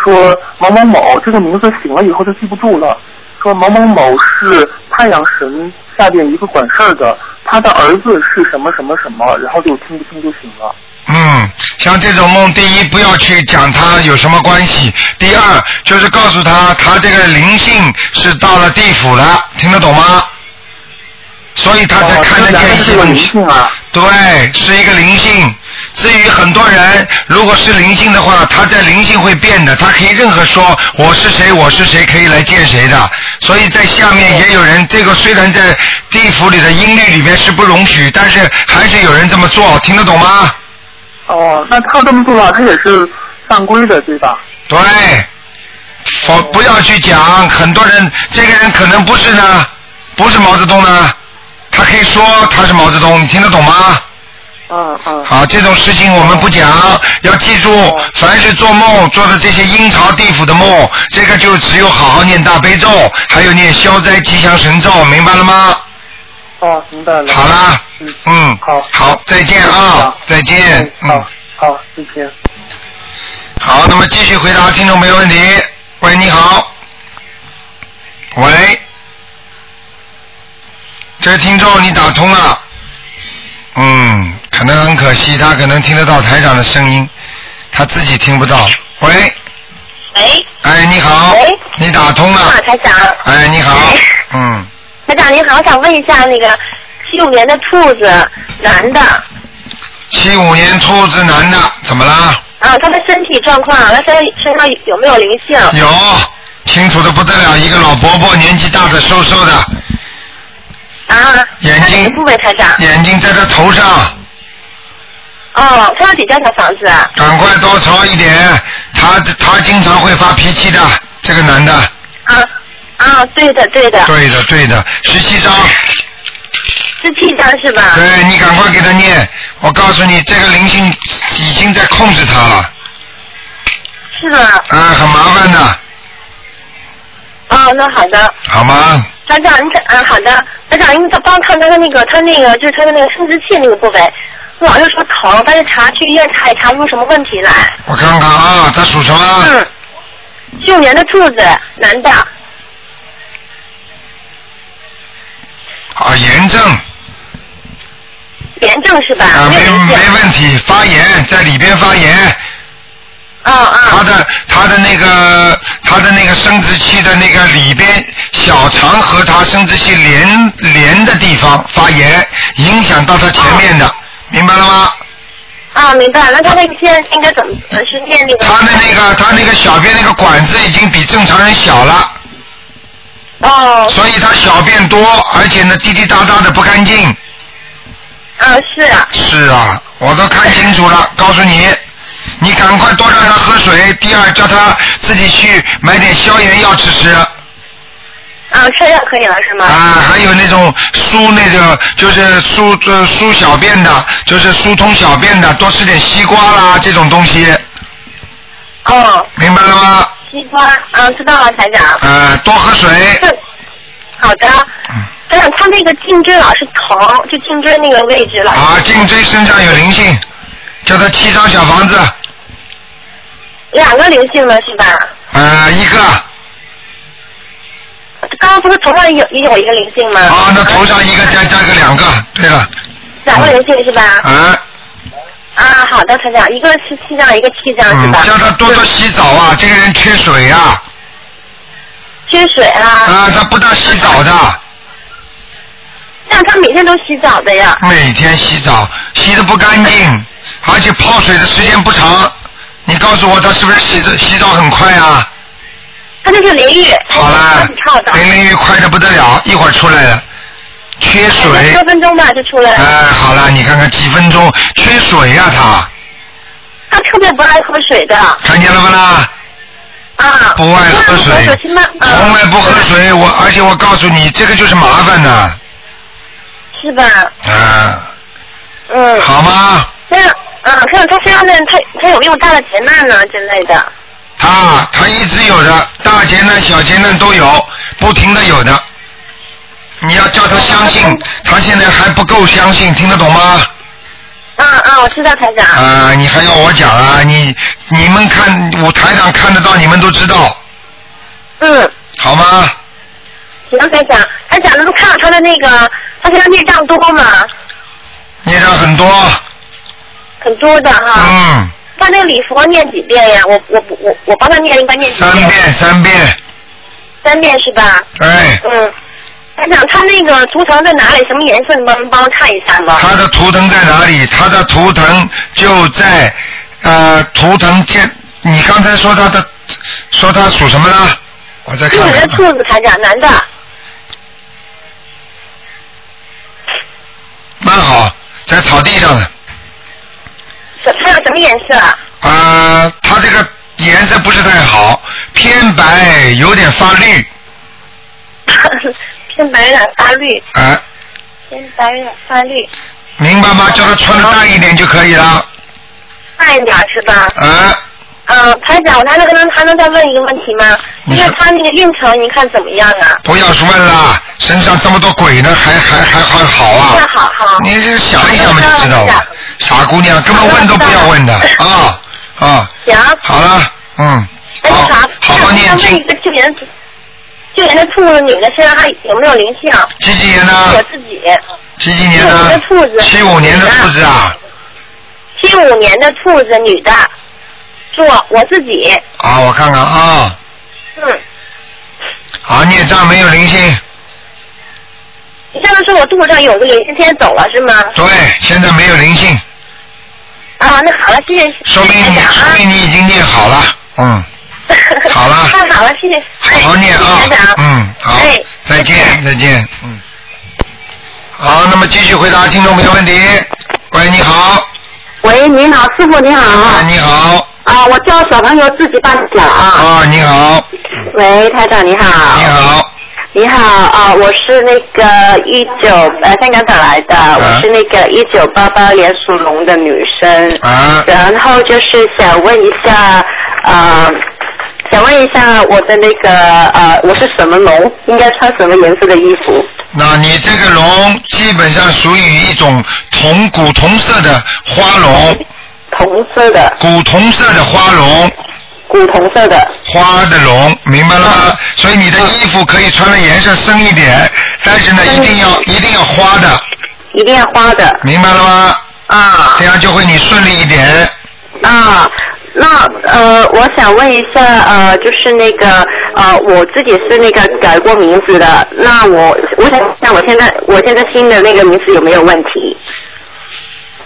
说某某某这个名字醒了以后就记不住了，说某某某是太阳神下边一个管事儿的，他的儿子是什么什么什么，然后就听不清就醒了。嗯，像这种梦，第一不要去讲它有什么关系，第二就是告诉他，他这个灵性是到了地府了，听得懂吗？所以他才哦看得这见一些个东灵西。性啊。对，是一个灵性。至于很多人，如果是灵性的话，他在灵性会变的，他可以任何说我是谁，我是谁，可以来见谁的。所以在下面也有人，这个虽然在地府里的阴律里面是不容许，但是还是有人这么做，听得懂吗？哦，那他这么做啊，他也是犯规的，对吧？对，哦否不要去讲，很多人这个人可能不是呢，不是毛泽东呢，他可以说他是毛泽东，你听得懂吗？嗯嗯。好，这种事情我们不讲，哦要记住，凡是做梦做的这些阴曹地府的梦，这个就只有好好念大悲咒，还有念消灾吉祥神咒，明白了吗？哦，明白了。好啦嗯，嗯，好好，再见啊，再见，嗯好，好，再见。好，那么继续回答听众朋友问题。喂，你好。喂，这位听众你打通了。嗯，可能很可惜，他可能听得到台长的声音，他自己听不到。喂，喂，哎，你好喂，你打通了啊，。台长，哎，你好哎，嗯，台长您好，我想问一下那个七五年的兔子，男的，七五年兔子男的，怎么啦？啊，他的身体状况，他身身上有没有灵性？有，清楚的不得了，一个老伯伯，年纪大的，瘦瘦的，啊，眼他哪个睛部位台长？眼睛在他头上，哦，他有几间小房子啊？赶快多抄一点。他他经常会发脾气的，这个男的，啊啊，对的对的，对的对的，十七张，是七张是吧？对你赶快给他念。我告诉你，这个灵性已经在控制他了，是吗？啊，很麻烦的，哦，那好的，好吗？台长，你看，啊，好的，台长，你再帮看他的那个，他那个就是他的那个生殖器那个部位，我老是说疼，但是查去医院查也查不出什么问题来。我看看啊，他属什么？嗯，去年的兔子，男的，啊，炎症。炎症是吧？啊，没没有明没显。问题，发炎在里边发炎，啊啊他的他的那个他的那个生殖器的那个里边小肠和他生殖器连连的地方发炎，影响到他前面的，明白了吗？啊，明白。那他那个现在应该怎么呃是念那个？他的那个他那个小便那个管子已经比正常人小了，哦，所以他小便多，而且呢滴滴答答的不干净。啊是啊是啊，我都看清楚了，告诉你，你赶快多让他喝水。第二，叫他自己去买点消炎药吃吃。啊，吃药可以了是吗？啊，还有那种疏那个就是疏呃疏小便的，就是疏通小便的，多吃点西瓜啦这种东西，哦，明白了吗？西瓜，啊，知道了，台长。呃，多喝水。这好的。嗯台长，他那个颈椎老是疼，就颈椎那个位置老是啊，颈椎身上有灵性，叫他七张小房子，两个灵性了是吧？呃，一个啊，刚刚不是头上有也有一个灵性吗？啊那头上一个再加个两个，对了，两个灵性是吧？啊，啊，好的，台长，一个是七张，一个七张是嗯吧，？叫他多多洗澡啊，这个人缺水啊，缺水啊，啊，他不大洗澡的，但他每天都洗澡的呀。每天洗澡，洗的不干净，而且泡水的时间不长。你告诉我他是不是洗澡洗澡很快啊？他就是淋浴，好啦他是跳的，，淋淋浴快的不得了，一会儿出来了，缺水。多分钟吧哎就出来了。哎，好了，你看看几分钟，缺水啊呀、他特别不爱喝水的啊他，看见了不啦？。不爱喝水哎不爱喝水，呃从来不喝水，我而且我告诉你，这个就是麻烦呐，是吧？啊，嗯。好吗？那嗯，看看他身上的他他有没有大的劫难呢之类的？他他一直有的，大劫难、小劫难都有，不停的有的。你要叫哦他相信，他现在还不够相信，听得懂吗？嗯嗯，我知道台长。啊，你还要我讲啊？你你们看，我台上看得到，你们都知道，嗯，好吗？行，台长，台长能看到他的那个他身上孽障多吗？孽障很多，很多的哈。嗯，他那个礼佛念几遍呀？我我不我我帮他念应该念几三遍？遍三遍，三遍是吧？哎，嗯。台长，他那个图腾在哪里？什么颜色？你帮帮我看一下吗？他的图腾在哪里？他的图腾就在呃图腾见，你刚才说他的说他属什么呢？我再是看你的看啊，兔子台长，男的。蛮好，在草地上的。什它有什么颜色？ 啊，它这个颜色不是太好，偏白，有点发绿，偏白有点发绿，啊、偏白有点发绿，明白吗？叫他穿的淡一点就可以了，呃啊、大一点是吧？嗯，台长，我还能跟他还能再问一个问题吗？你因说为他那个运程，你看怎么样啊？不要说问了，身上这么多鬼呢，还还还还好啊那？好好。你这想一想嘛就知道了，傻姑娘根本问都不要问的啊啊！行，好了，嗯，那就好好。，好好那念我再问一经。个救援，救援的兔子女的身上还有没有灵性？啊几几年我呢？自己，几几年我呢的兔子？七五年的兔子啊！七五年的兔子女的，做我自己，啊，我看看啊，嗯，啊，孽障没有灵性，你像说是我肚子上有个人，现在走了是吗？对，现在没有灵性，啊，那好了，谢谢。说明你说啊明你已经念好了，嗯， 好了太好了，谢谢。好好念啊台长，嗯，好哎，再见，再见，嗯。好，那么继续回答听众朋友问题。喂，你好，哎喂，您好，师傅您好啊。你好。啊，我叫小朋友自己帮讲啊。啊，你好。喂，台长你好。你好。你好啊，我是那个一九呃香港打来的，我是那个一九八八年属龙的女生。啊。然后就是想问一下呃，想问一下我的那个呃，我是什么龙？应该穿什么颜色的衣服？那你这个龙基本上属于一种铜古铜色的花龙。铜色的。古铜色的花龙。古铜色的。花的龙，明白了吗？所以你的衣服可以穿的颜色深一点，但是呢，一定要一定要花的。一定要花的。明白了吗？啊。这样就会你顺利一点。啊，那呃，我想问一下，呃，就是那个呃，我自己是那个改过名字的，那我我想问一下，我现在我现在新的那个名字有没有问题？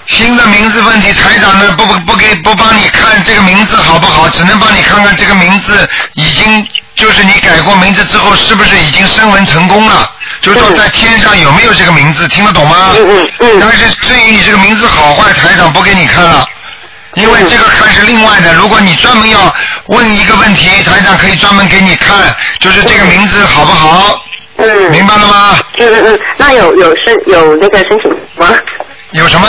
新的名字问题，台长呢不不不给不帮你看这个名字好不好，只能帮你看看这个名字已经就是你改过名字之后是不是已经升文成功了，就是说在天上有没有这个名字，听得懂吗？嗯嗯嗯。但是至于你这个名字好坏，台长不给你看了。因为这个看是另外的，如果你专门要问一个问题，台长可以专门给你看，就是这个名字好不好？嗯。明白了吗？嗯嗯嗯，那有有申有那个申请吗？有什么？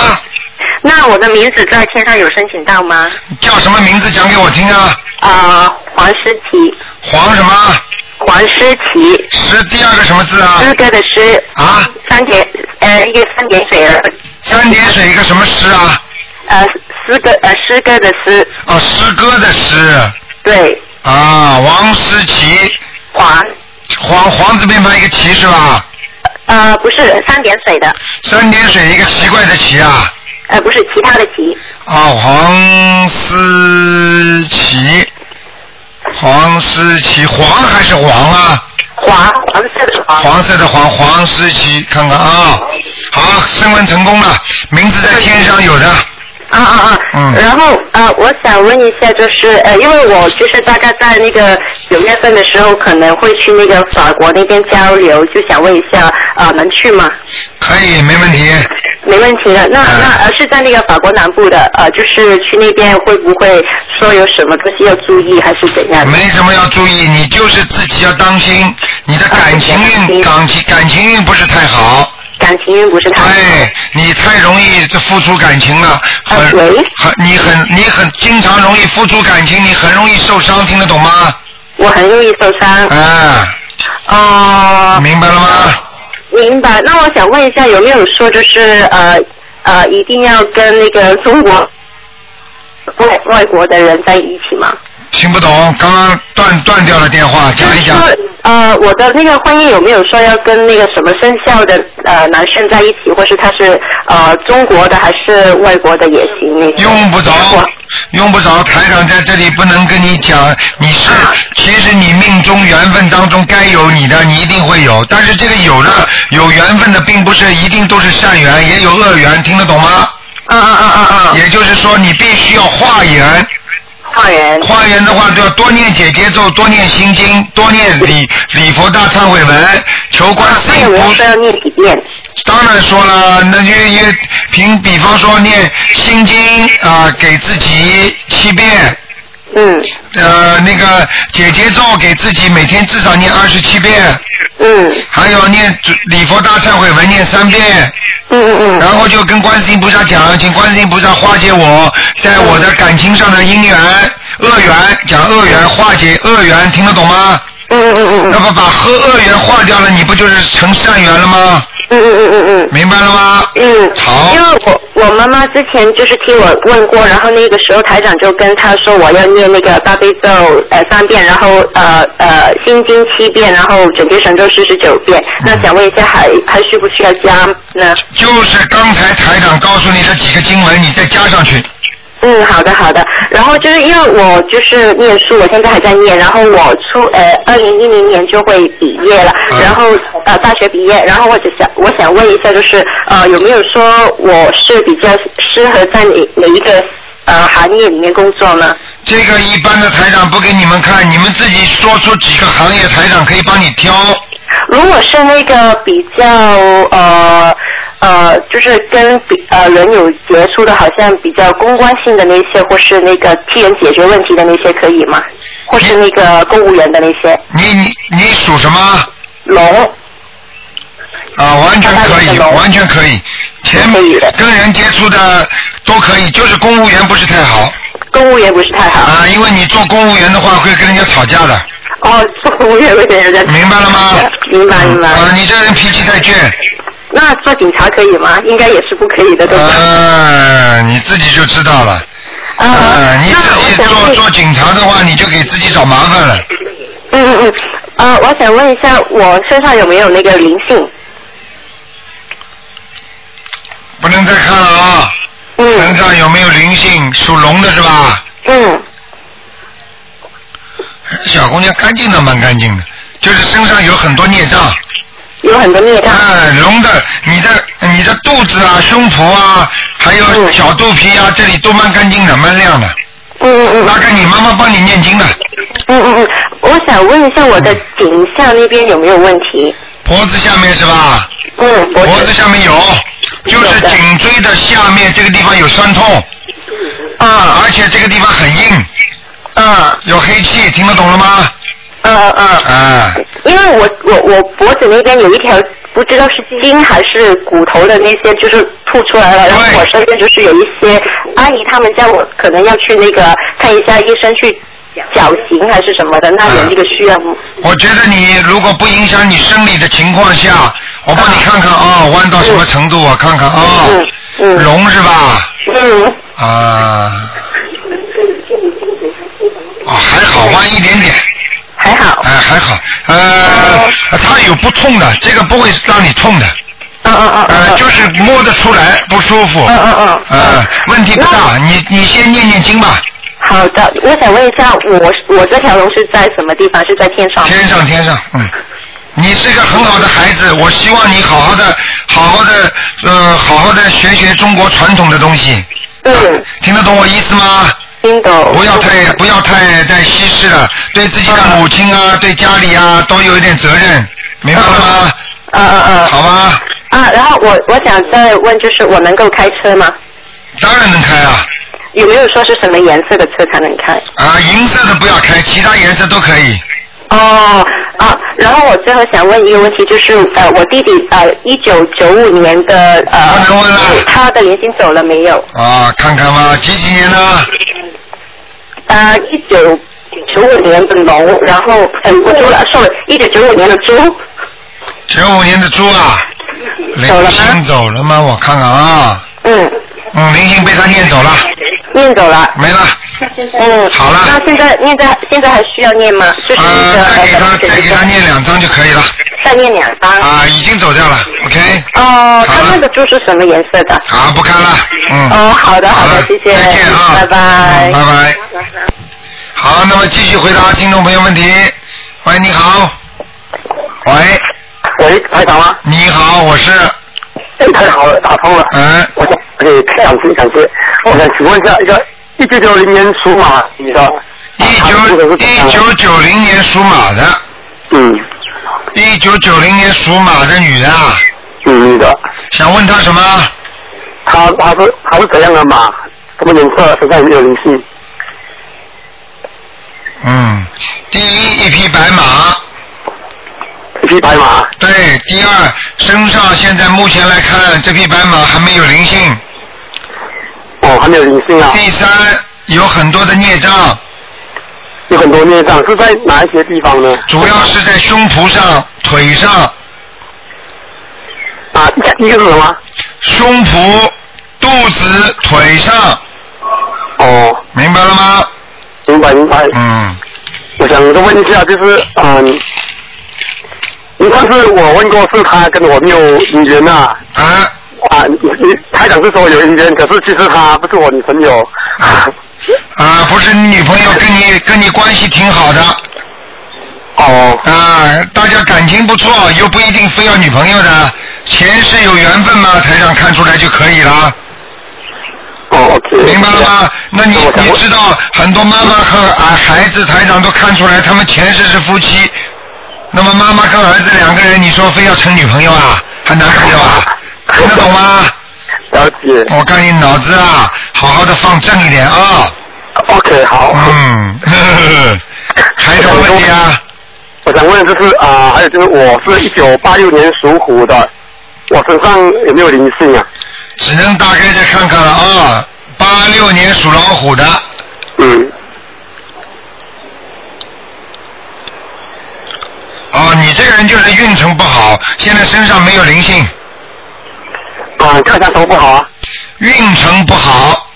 那我的名字在天上有申请到吗？叫什么名字讲给我听啊？啊、黄诗琪。黄什么？黄诗琪。诗第二个什么字啊？诗歌的诗。啊。三点呃一个三点水儿。三点水一个什么诗啊？呃，诗歌呃诗歌的诗。哦，诗歌的诗。对。啊，王诗琪。黄。黄黄字边旁一个琪是吧？呃，不是三点水的。三点水一个奇怪的奇啊。呃，不是其他的其。啊，黄思琪，黄思琪，黄还是黄啊？黄黄色的黄。黄色的黄，黄思琪，看看啊，好，升温成功了，名字在天上有的，啊啊啊！嗯然后呃，我想问一下，就是呃，因为我就是大概在那个九月份的时候，可能会去那个法国那边交流，就想问一下，呃，能去吗？可以，没问题。没问题的。嗯那那呃是在那个法国南部的，呃，就是去那边会不会说有什么东西要注意，还是怎样？没什么要注意，你就是自己要当心，你的感情运，感情感情运不是太好。感情运不是太好。哎，你太容易这付出感情了，很很你很你很经常容易付出感情，你很容易受伤，听得懂吗？我很容易受伤。啊。哦、明白了吗？明白。那我想问一下，有没有说就是呃呃，一定要跟那个中国外外国的人在一起吗？听不懂，刚刚断断掉了电话，讲一讲。呃，我的那个婚姻有没有说要跟那个什么生肖的呃男生在一起，或是他是呃中国的还是外国的也行？那种啊用 不着，用不着。台长在这里不能跟你讲，你是其实你命中缘分当中该有你的，你一定会有。但是这个有的有缘分的，并不是一定都是善缘，也有恶缘，听得懂吗？啊啊啊啊啊！也就是说，你必须要化缘。化缘。化缘的话，就要多念姐姐咒，多念心经，多念礼礼佛大忏悔文，求观世音菩萨。要念几遍？当然说了，那就也凭比方说念心经啊、给自己七遍。嗯。呃，那个姐姐咒给自己每天至少念二十七遍。嗯。还有念礼佛大忏悔文念三遍。嗯嗯嗯。然后就跟观世音菩萨讲，请观世音菩萨化解我在我的感情上的因缘、恶缘，讲恶缘化解恶缘，听得懂吗？嗯嗯嗯嗯。那么把和恶缘化掉了，你不就是成善缘了吗？嗯嗯嗯嗯嗯。明白了吗？嗯，好。因为我我妈妈之前就是听我问过，然后那个时候台长就跟她说我要念那个大悲咒呃三遍，然后呃呃心经七遍，然后准提神咒四十九遍。那想问一下还，还需不需要加呢？就是刚才台长告诉你的几个经文，你再加上去。嗯，好的好的。然后就是因为我就是念书，我现在还在念，然后我出呃二零一零年就会毕业了，然后呃大学毕业，然后我只想我想问一下，就是呃有没有说我是比较适合在哪哪一个呃行业里面工作呢？这个一般的台长不给你们看，你们自己说出几个行业，台长可以帮你挑。如果是那个比较呃呃，就是跟比呃人有接触的，好像比较公关性的那些，或是那个替人解决问题的那些，可以吗？或是那个公务员的那些你你你属什么？龙。啊，完全可以，完全可以。前跟人接触的都可以，就是公务员不是太好。公务员不是太好。啊，因为你做公务员的话会跟人家吵架的。哦，做公务员会跟人家。明白了吗？嗯 明白明白。啊，你这人脾气太倔。那做警察可以吗？应该也是不可以的，对吧？啊，你自己就知道了。啊、你自己做做警察的话，你就给自己找麻烦了。嗯嗯嗯，呃，我想问一下，我身上有没有那个灵性？不能再看了啊！身上有没有灵性？属龙的是吧？嗯。小姑娘干净的，蛮干净的，就是身上有很多孽障。有很多孽障。哎，龙的，你的你的肚子啊、胸脯啊，还有小肚皮啊，这里都蛮干净的，蛮亮的。嗯嗯嗯。大概你妈妈帮你念经的，嗯嗯嗯，我想问一下我嗯的颈项那边有没有问题？脖子下面是吧？嗯，脖子下面有，就是颈椎的下面这个地方有酸痛。啊。而且这个地方很硬。呃啊。有黑气，听得懂了吗？嗯嗯。啊。因为我我我脖子那边有一条不知道是筋还是骨头的那些就是吐出来了，然后我身边就是有一些阿姨他们叫我可能要去那个看一下医生去绞刑还是什么的，那有这个需要吗？我觉得你如果不影响你生理的情况下，我帮你看嗯看啊、弯到什么程度，我看看啊、龙是吧？嗯。啊。哦，还好，弯一点点。还好。哎，还好，呃，它有不痛的，这个不会让你痛的。嗯嗯嗯。呃，就是摸得出来不舒服。嗯嗯嗯。呃，问题不大，你你先念念经吧。好的，我想问一下，我我这条龙是在什么地方？是在天上？天上天上，嗯。你是一个很好的孩嗯子，我希望你好好的、好好的、呃，好好的学学中国传统的东西。嗯。听得懂我意思吗？听懂。不要太不要太太稀释了，对自己的母亲啊、对家里啊都有一点责任，明白了吗？嗯嗯嗯。好吧。啊，然后我我想再问，就是我能够开车吗？当然能开啊。有没有说是什么颜色的车才能开？啊，银色的不要开，其他颜色都可以。哦啊，然后我最后想问一个问题，就是呃，我弟弟呃，一九九五年的呃，他的年薪走了没有？啊，看看吧，几几年呢？呃，一九九五年的龙，然后嗯，不猪了，sorry，一九九五年的猪九五年的猪啊，走了灵吗？性走了吗？我看看啊，嗯，嗯，灵性被他念走了，念走了。没了。嗯，好了。那现在念在现在还需要念吗？就是那个呃再给他啊再给他念两张就可以了。再念两张。啊，已经走掉了，OK。哦，他那个猪是什么颜色的？好，不看了。嗯。哦，好的，好的，谢谢，再见啊，拜拜，拜拜。好，那么继续回答听众朋友问题。喂，你好。喂。喂，台长吗？你好，我是。哎，太好了，打通了。嗯。我想，哎，太感谢，感谢。我想请问一下，一个一九九零年属马，你的。一九一九九零年属马的。嗯。一九九零年属马的女的啊。女的。想问她什么？他他是他是怎样的马？什么颜色？身上有没有灵性？嗯，第一一匹白马。一匹白马。对，第二身上现在目前来看，这匹白马还没有灵性。哦，还没有灵性啊。第三，有很多的孽障，有很多孽障，是在哪一些地方呢？主要是在胸脯上、腿上。啊，一个是什么？胸脯、肚子、腿上。哦。明白了吗？明白明白。嗯。我想问一下，就是嗯，你上次我问过是他跟我没有姻缘呐、啊。啊，你你台长是说有姻缘，可是其实他不是我女朋友，啊，不是你女朋友跟你跟你关系挺好的。哦。啊，大家感情不错，又不一定非要女朋友的，前世有缘分嘛，台上看出来就可以了。哦明白了吗？那你你知道很多妈妈和啊孩子台长都看出来，他们前世是夫妻。那么妈妈跟儿子两个人，你说非要成女朋友啊，还男朋友啊，听得懂吗？了解。我看你脑子啊，好好的放正一点啊。 OK，好。 嗯，还有什么问题啊？我想问就是啊、还有就是我是一九八六年属虎的，我身上有没有灵性啊？只能大概再看看了啊。八六年属老虎的。嗯。哦，你这个人就是运程不好，现在身上没有灵性。啊，看看什么不好啊？运程不好。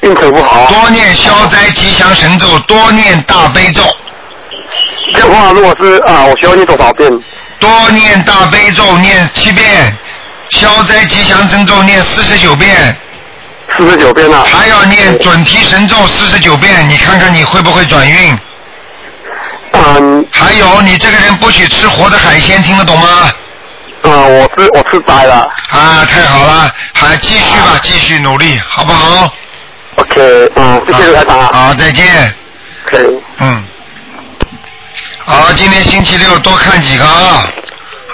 运程不好。啊多念消灾吉祥神咒，多念大悲咒。这样的话，如果是啊、我需要念多少遍？多念大悲咒念七遍，消灾吉祥神咒念四十九遍，四十九遍啊。还要念准提神咒四十九遍，你看看你会不会转运？嗯。还有，你这个人不许吃活的海鲜，听得懂吗？啊、我吃我吃斋了。啊，太好了，还继续吧，继续努力，好不好？ OK，嗯，谢谢台长啊。好，再见。可以。嗯。好，今天星期六多看几个啊。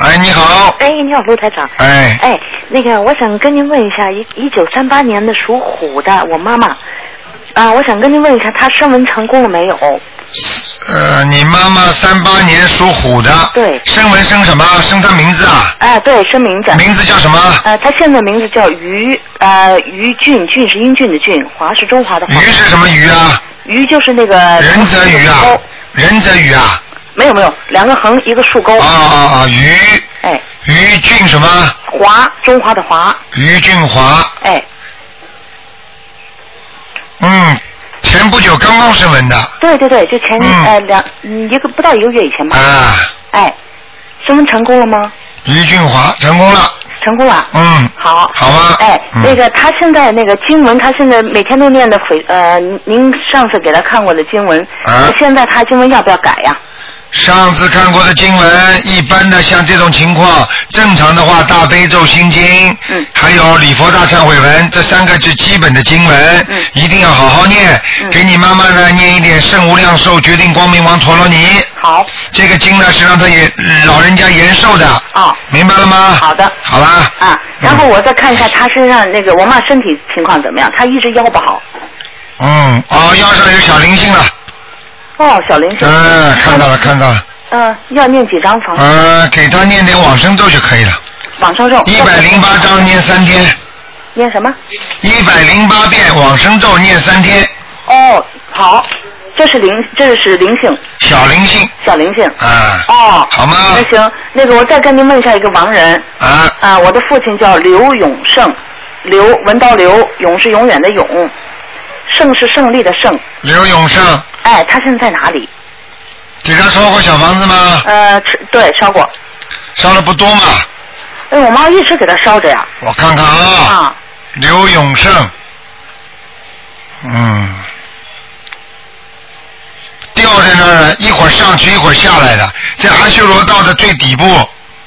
哎，你好。哎，你好，陆台长。哎，哎，那个，我想跟您问一下，一一九三八年的属虎的，我妈妈啊，我想跟您问一下，她升文成功了没有？呃，你妈妈三八年属虎的。对。生文生什么？生她名字啊？哎，对，升名字。名字叫什么？呃，她现在名字叫于呃于俊，俊是英俊的俊，华是中华的华。鱼是什么鱼啊？于就是那个呃仁泽鱼啊？哦仁泽鱼啊？没有没有，两个横一个竖哦钩。啊啊啊！于哎，于俊什么？华，中华的华。于俊华。哎，嗯，前不久刚刚升文的。对对对，就前、呃两嗯一个不到一个月以前吧。啊。哎，升温成功了吗？于俊华成功了。成功了。嗯。好。好吗？哎，嗯那个他现在那个经文，他现在每天都念的回呃，您上次给他看过的经文，啊现在他经文要不要改呀？上次看过的经文，一般的像这种情况，正常的话，大悲咒心经，嗯，还有礼佛大忏悔嗯文，这三个是基本的经文，嗯，一定要好好念，嗯，给你妈妈呢念一点圣无量寿决定光明王陀罗尼，好，这个经呢是让她也老人家延寿的，哦，明白了吗？好的，好啦，啊，然后我再看一下他身上那个我妈身体情况怎么样？她一直腰不好。嗯，哦，腰上有小灵性了，哦，小林生。嗯、看到了，看到了，嗯、要念几张房？呃，给她念点往生咒就可以了，往上咒。一百零八章念三天。念什么？一百零八遍往生咒念三天，哦，好，这是灵，这是灵性，小灵性小灵性。啊，哦，好吗？哎那行，那个我再跟您问一下一个亡人。啊。啊，我的父亲叫刘永胜，刘文刀刘，永是永远的永，胜是胜利的胜。刘永胜，哎，他现在在哪里？给他烧过小房子吗？哎呃，吃对，烧过。烧了不多嘛，哎，我妈一直给他烧着呀。我看看啊，啊，刘永胜，嗯，掉在那儿了，一会儿上去一会儿下来的，在阿修罗道的最底部，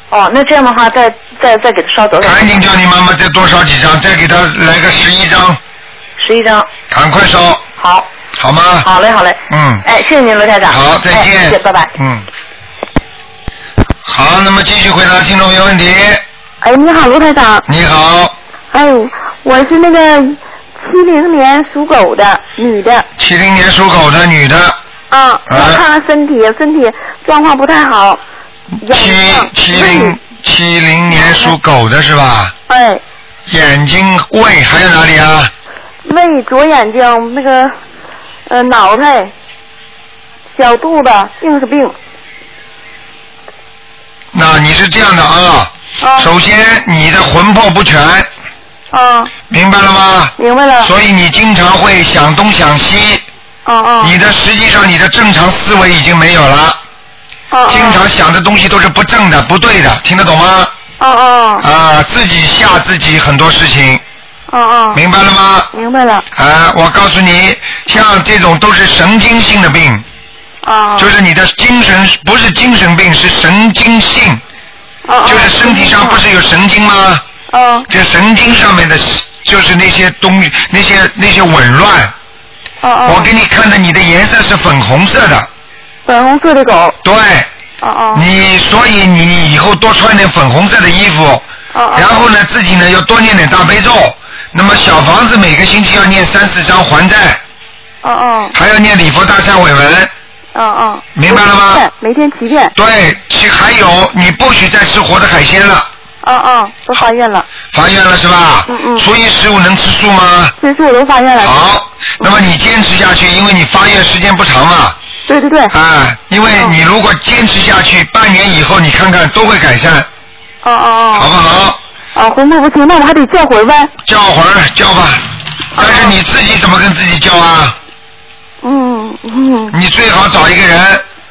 哦，那这样的话，再再再给他烧多少？赶紧叫你妈妈再多烧几张，再给他来个十一张，十一张。赶快烧，好。好吗？好嘞，好嘞。嗯。哎，谢谢您，罗台长。好再哎见谢谢，拜拜。嗯，好，那么继续回答听众朋友问题。哎，你好，卢台长。你好，哎，我是那个七零年属狗的女的，七零年属狗的女的，啊，我看看身体，身体状况不太好。七七零七零年属狗的是吧？哎，眼睛、胃还有哪里啊？胃、左眼睛那个，呃，脑袋、小肚子净是病。那你是这样的啊，嗯首先你的魂魄不全，啊，明白了吗？明白了。所以你经常会想东想西，哦哦。你的实际上你的正常思维已经没有了，啊哦经常想的东西都是不正的、不对的，听得懂吗？啊哦哦。啊，自己吓自己很多事情。哦哦。明白了吗？明白了。啊，我告诉你，像这种都是神经性的病。哦。就是你的精神不是精神病，是神经性。哦哦。就是身体上不是有神经吗？哦。这神经上面的，就是那些东西，那些那些紊乱。哦哦。我给你看的，你的颜色是粉红色的。粉红色的狗。对。哦哦。你所以你以后多穿点粉红色的衣服，啊然后呢自己呢要多念点大悲咒。那么小房子每个星期要念三四张还债，哦哦。还要念礼佛大忏悔文。哦哦。明白了吗？每天七遍。对，其还有你不许再吃活的海鲜了，哦哦，都发愿了。发愿了是吧？嗯嗯。初一十五能吃素吗？这次我都发愿了。好，那么你坚持下去，因为你发愿时间不长嘛。对对对。啊，因为你如果坚持下去，半年以后你看看都会改善，哦哦哦。好不好？啊，红布不行，那我还得叫魂呗。叫魂儿叫吧，但是你自己怎么跟自己叫啊？嗯嗯。你最好找一个人。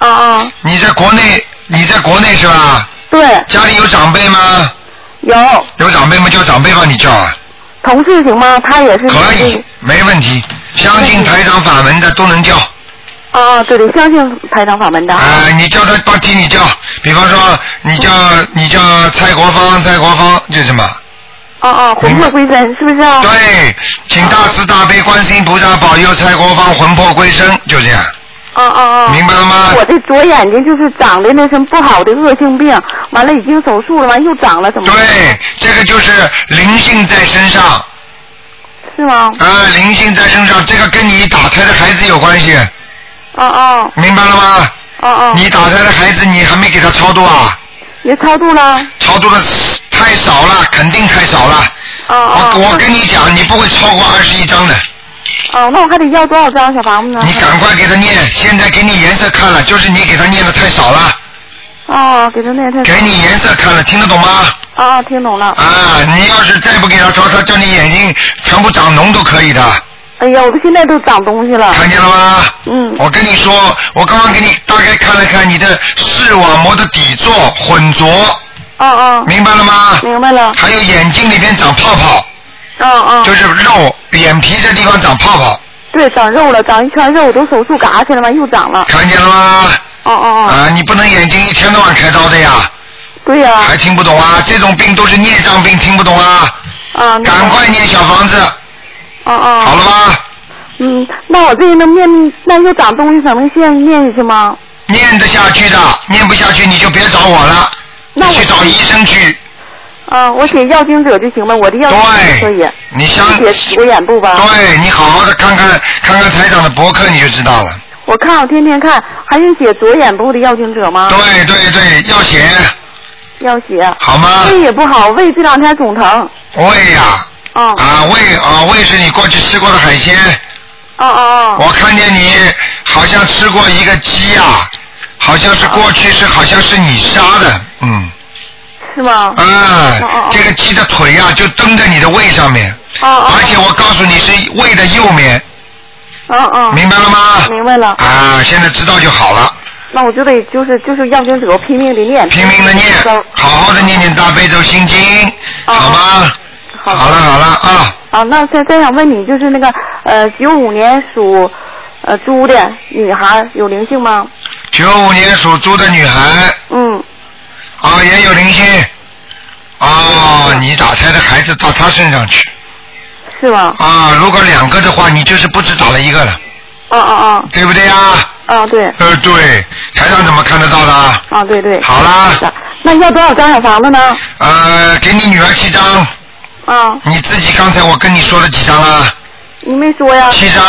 哦哦。你在国内，你在国内是吧？对。家里有长辈吗？有。有长辈吗？叫长辈帮你叫啊，同事行吗？他也是。可以，没问题。相信台长法门的都能叫。哦哦，对对，相信排长法门的。啊，你叫他帮替你叫，比方说你叫你叫蔡国芳，蔡国芳就什么？哦哦，魂魄归真是不是啊？对，请大慈大悲观世音菩萨保佑蔡国芳魂魄归生，就这样。哦哦哦。明白了吗？我的左眼睛就是长的那什么不好的恶性病，完了已经手术了，完又长了，怎么？对，这个就是灵性在身上。是吗？啊，灵性在身上，这个跟你打胎的孩子有关系，哦哦明白了吗？哦哦。你打胎的孩子，你还没给他超度啊？也超度了。超度的太少了，肯定太少了。哦我我跟你讲，你不会超过二十一张的。哦，那我还得要多少张小房子呢？你赶快给他念，现在给你颜色看了，就是你给他念的太少了，哦，给他那他。给你颜色看了，听得懂吗？哦，听懂了。啊，你要是再不给他超，他叫你眼睛全部长脓都可以的。哎呀，我现在都长东西了。看见了吗？嗯。哎我跟你说，我刚刚给你大概看了看你的视网膜的底座混浊，哦哦。明白了吗？明白了。还有眼睛里边长泡泡，哦哦。就是肉眼皮这地方长泡泡，对，长肉了，长一圈肉，我都手术嘎去了嘛，又长了。看见了吗？哦哦啊，你不能眼睛一天到晚开刀的呀。对呀、还听不懂啊？这种病都是孽障病，听不懂啊？啊。赶快念小房子，哦哦。好了吗？嗯，那我这能念，那又长东西，怎能念念下去吗？念得下去的，念不下去你就别找我了，那我去找医生去。啊，我写要经者就行了，我的要经者可以。你相写左眼部吧。对你好好的看看看看台长的博客，你就知道了。我看我天天看，还用写左眼部的要经者吗？对对对，要写，要写。好吗胃也不好，胃这两天总疼。胃呀、哦啊胃啊胃是你过去吃过的海鲜，哦哦我看见你好像吃过一个鸡呀、好像是过去是好像是你杀的，嗯，哦，是吗？啊，这个鸡的腿呀、就蹬在你的胃上面，而且我告诉你是胃的右面哦哦。啊明白了吗明白了。啊，现在知道就好了，那我就得就是就是要经者拼命的念。拼命的念。好好的念念大悲咒心经，好吗？好好了好了啊，啊，那再再想问你，就是那个呃，九五年属呃猪的女孩有灵性吗？九五年属猪的女孩。嗯。啊，也有灵性。哦，你打胎的孩子到她身上去。是吗？啊，如果两个的话，你就是不止打了一个了，哦哦哦。对不对呀、啊？啊，对。呃，对，台上怎么看得到的啊？啊，对对。好啦，那要多少张小房子呢？呃，给你女儿七张，啊，你自己刚才我跟你说了几张了？你没说呀。七张。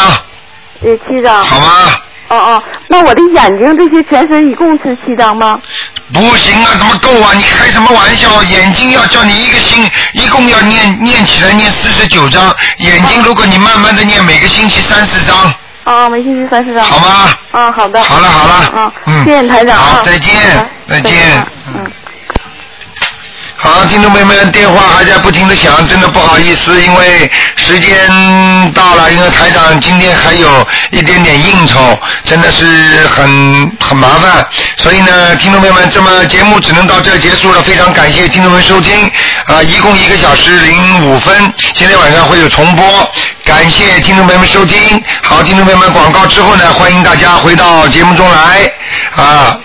对，七张。好吗？哦哦，那我的眼睛这些全身一共是七张吗？不行啊，怎么够啊？你开什么玩笑？眼睛要叫你一个星，一共要念念起来念四十九章。眼睛如果你慢慢的念，每个星期三四章。啊，每星期三十张。好吗？啊，好的。好了好了啊，嗯谢谢台长啊。嗯好，再见好的，再见。嗯。好，听众朋友们，电话还在不停的响，真的不好意思，因为时间到了，因为台长今天还有一点点应酬，真的是很很麻烦，所以呢，听众朋友们，这么节目只能到这儿结束了，非常感谢听众们收听，啊、一共一个小时零五分，今天晚上会有重播，感谢听众朋友们收听，好，听众朋友们，广告之后呢，欢迎大家回到节目中来，啊，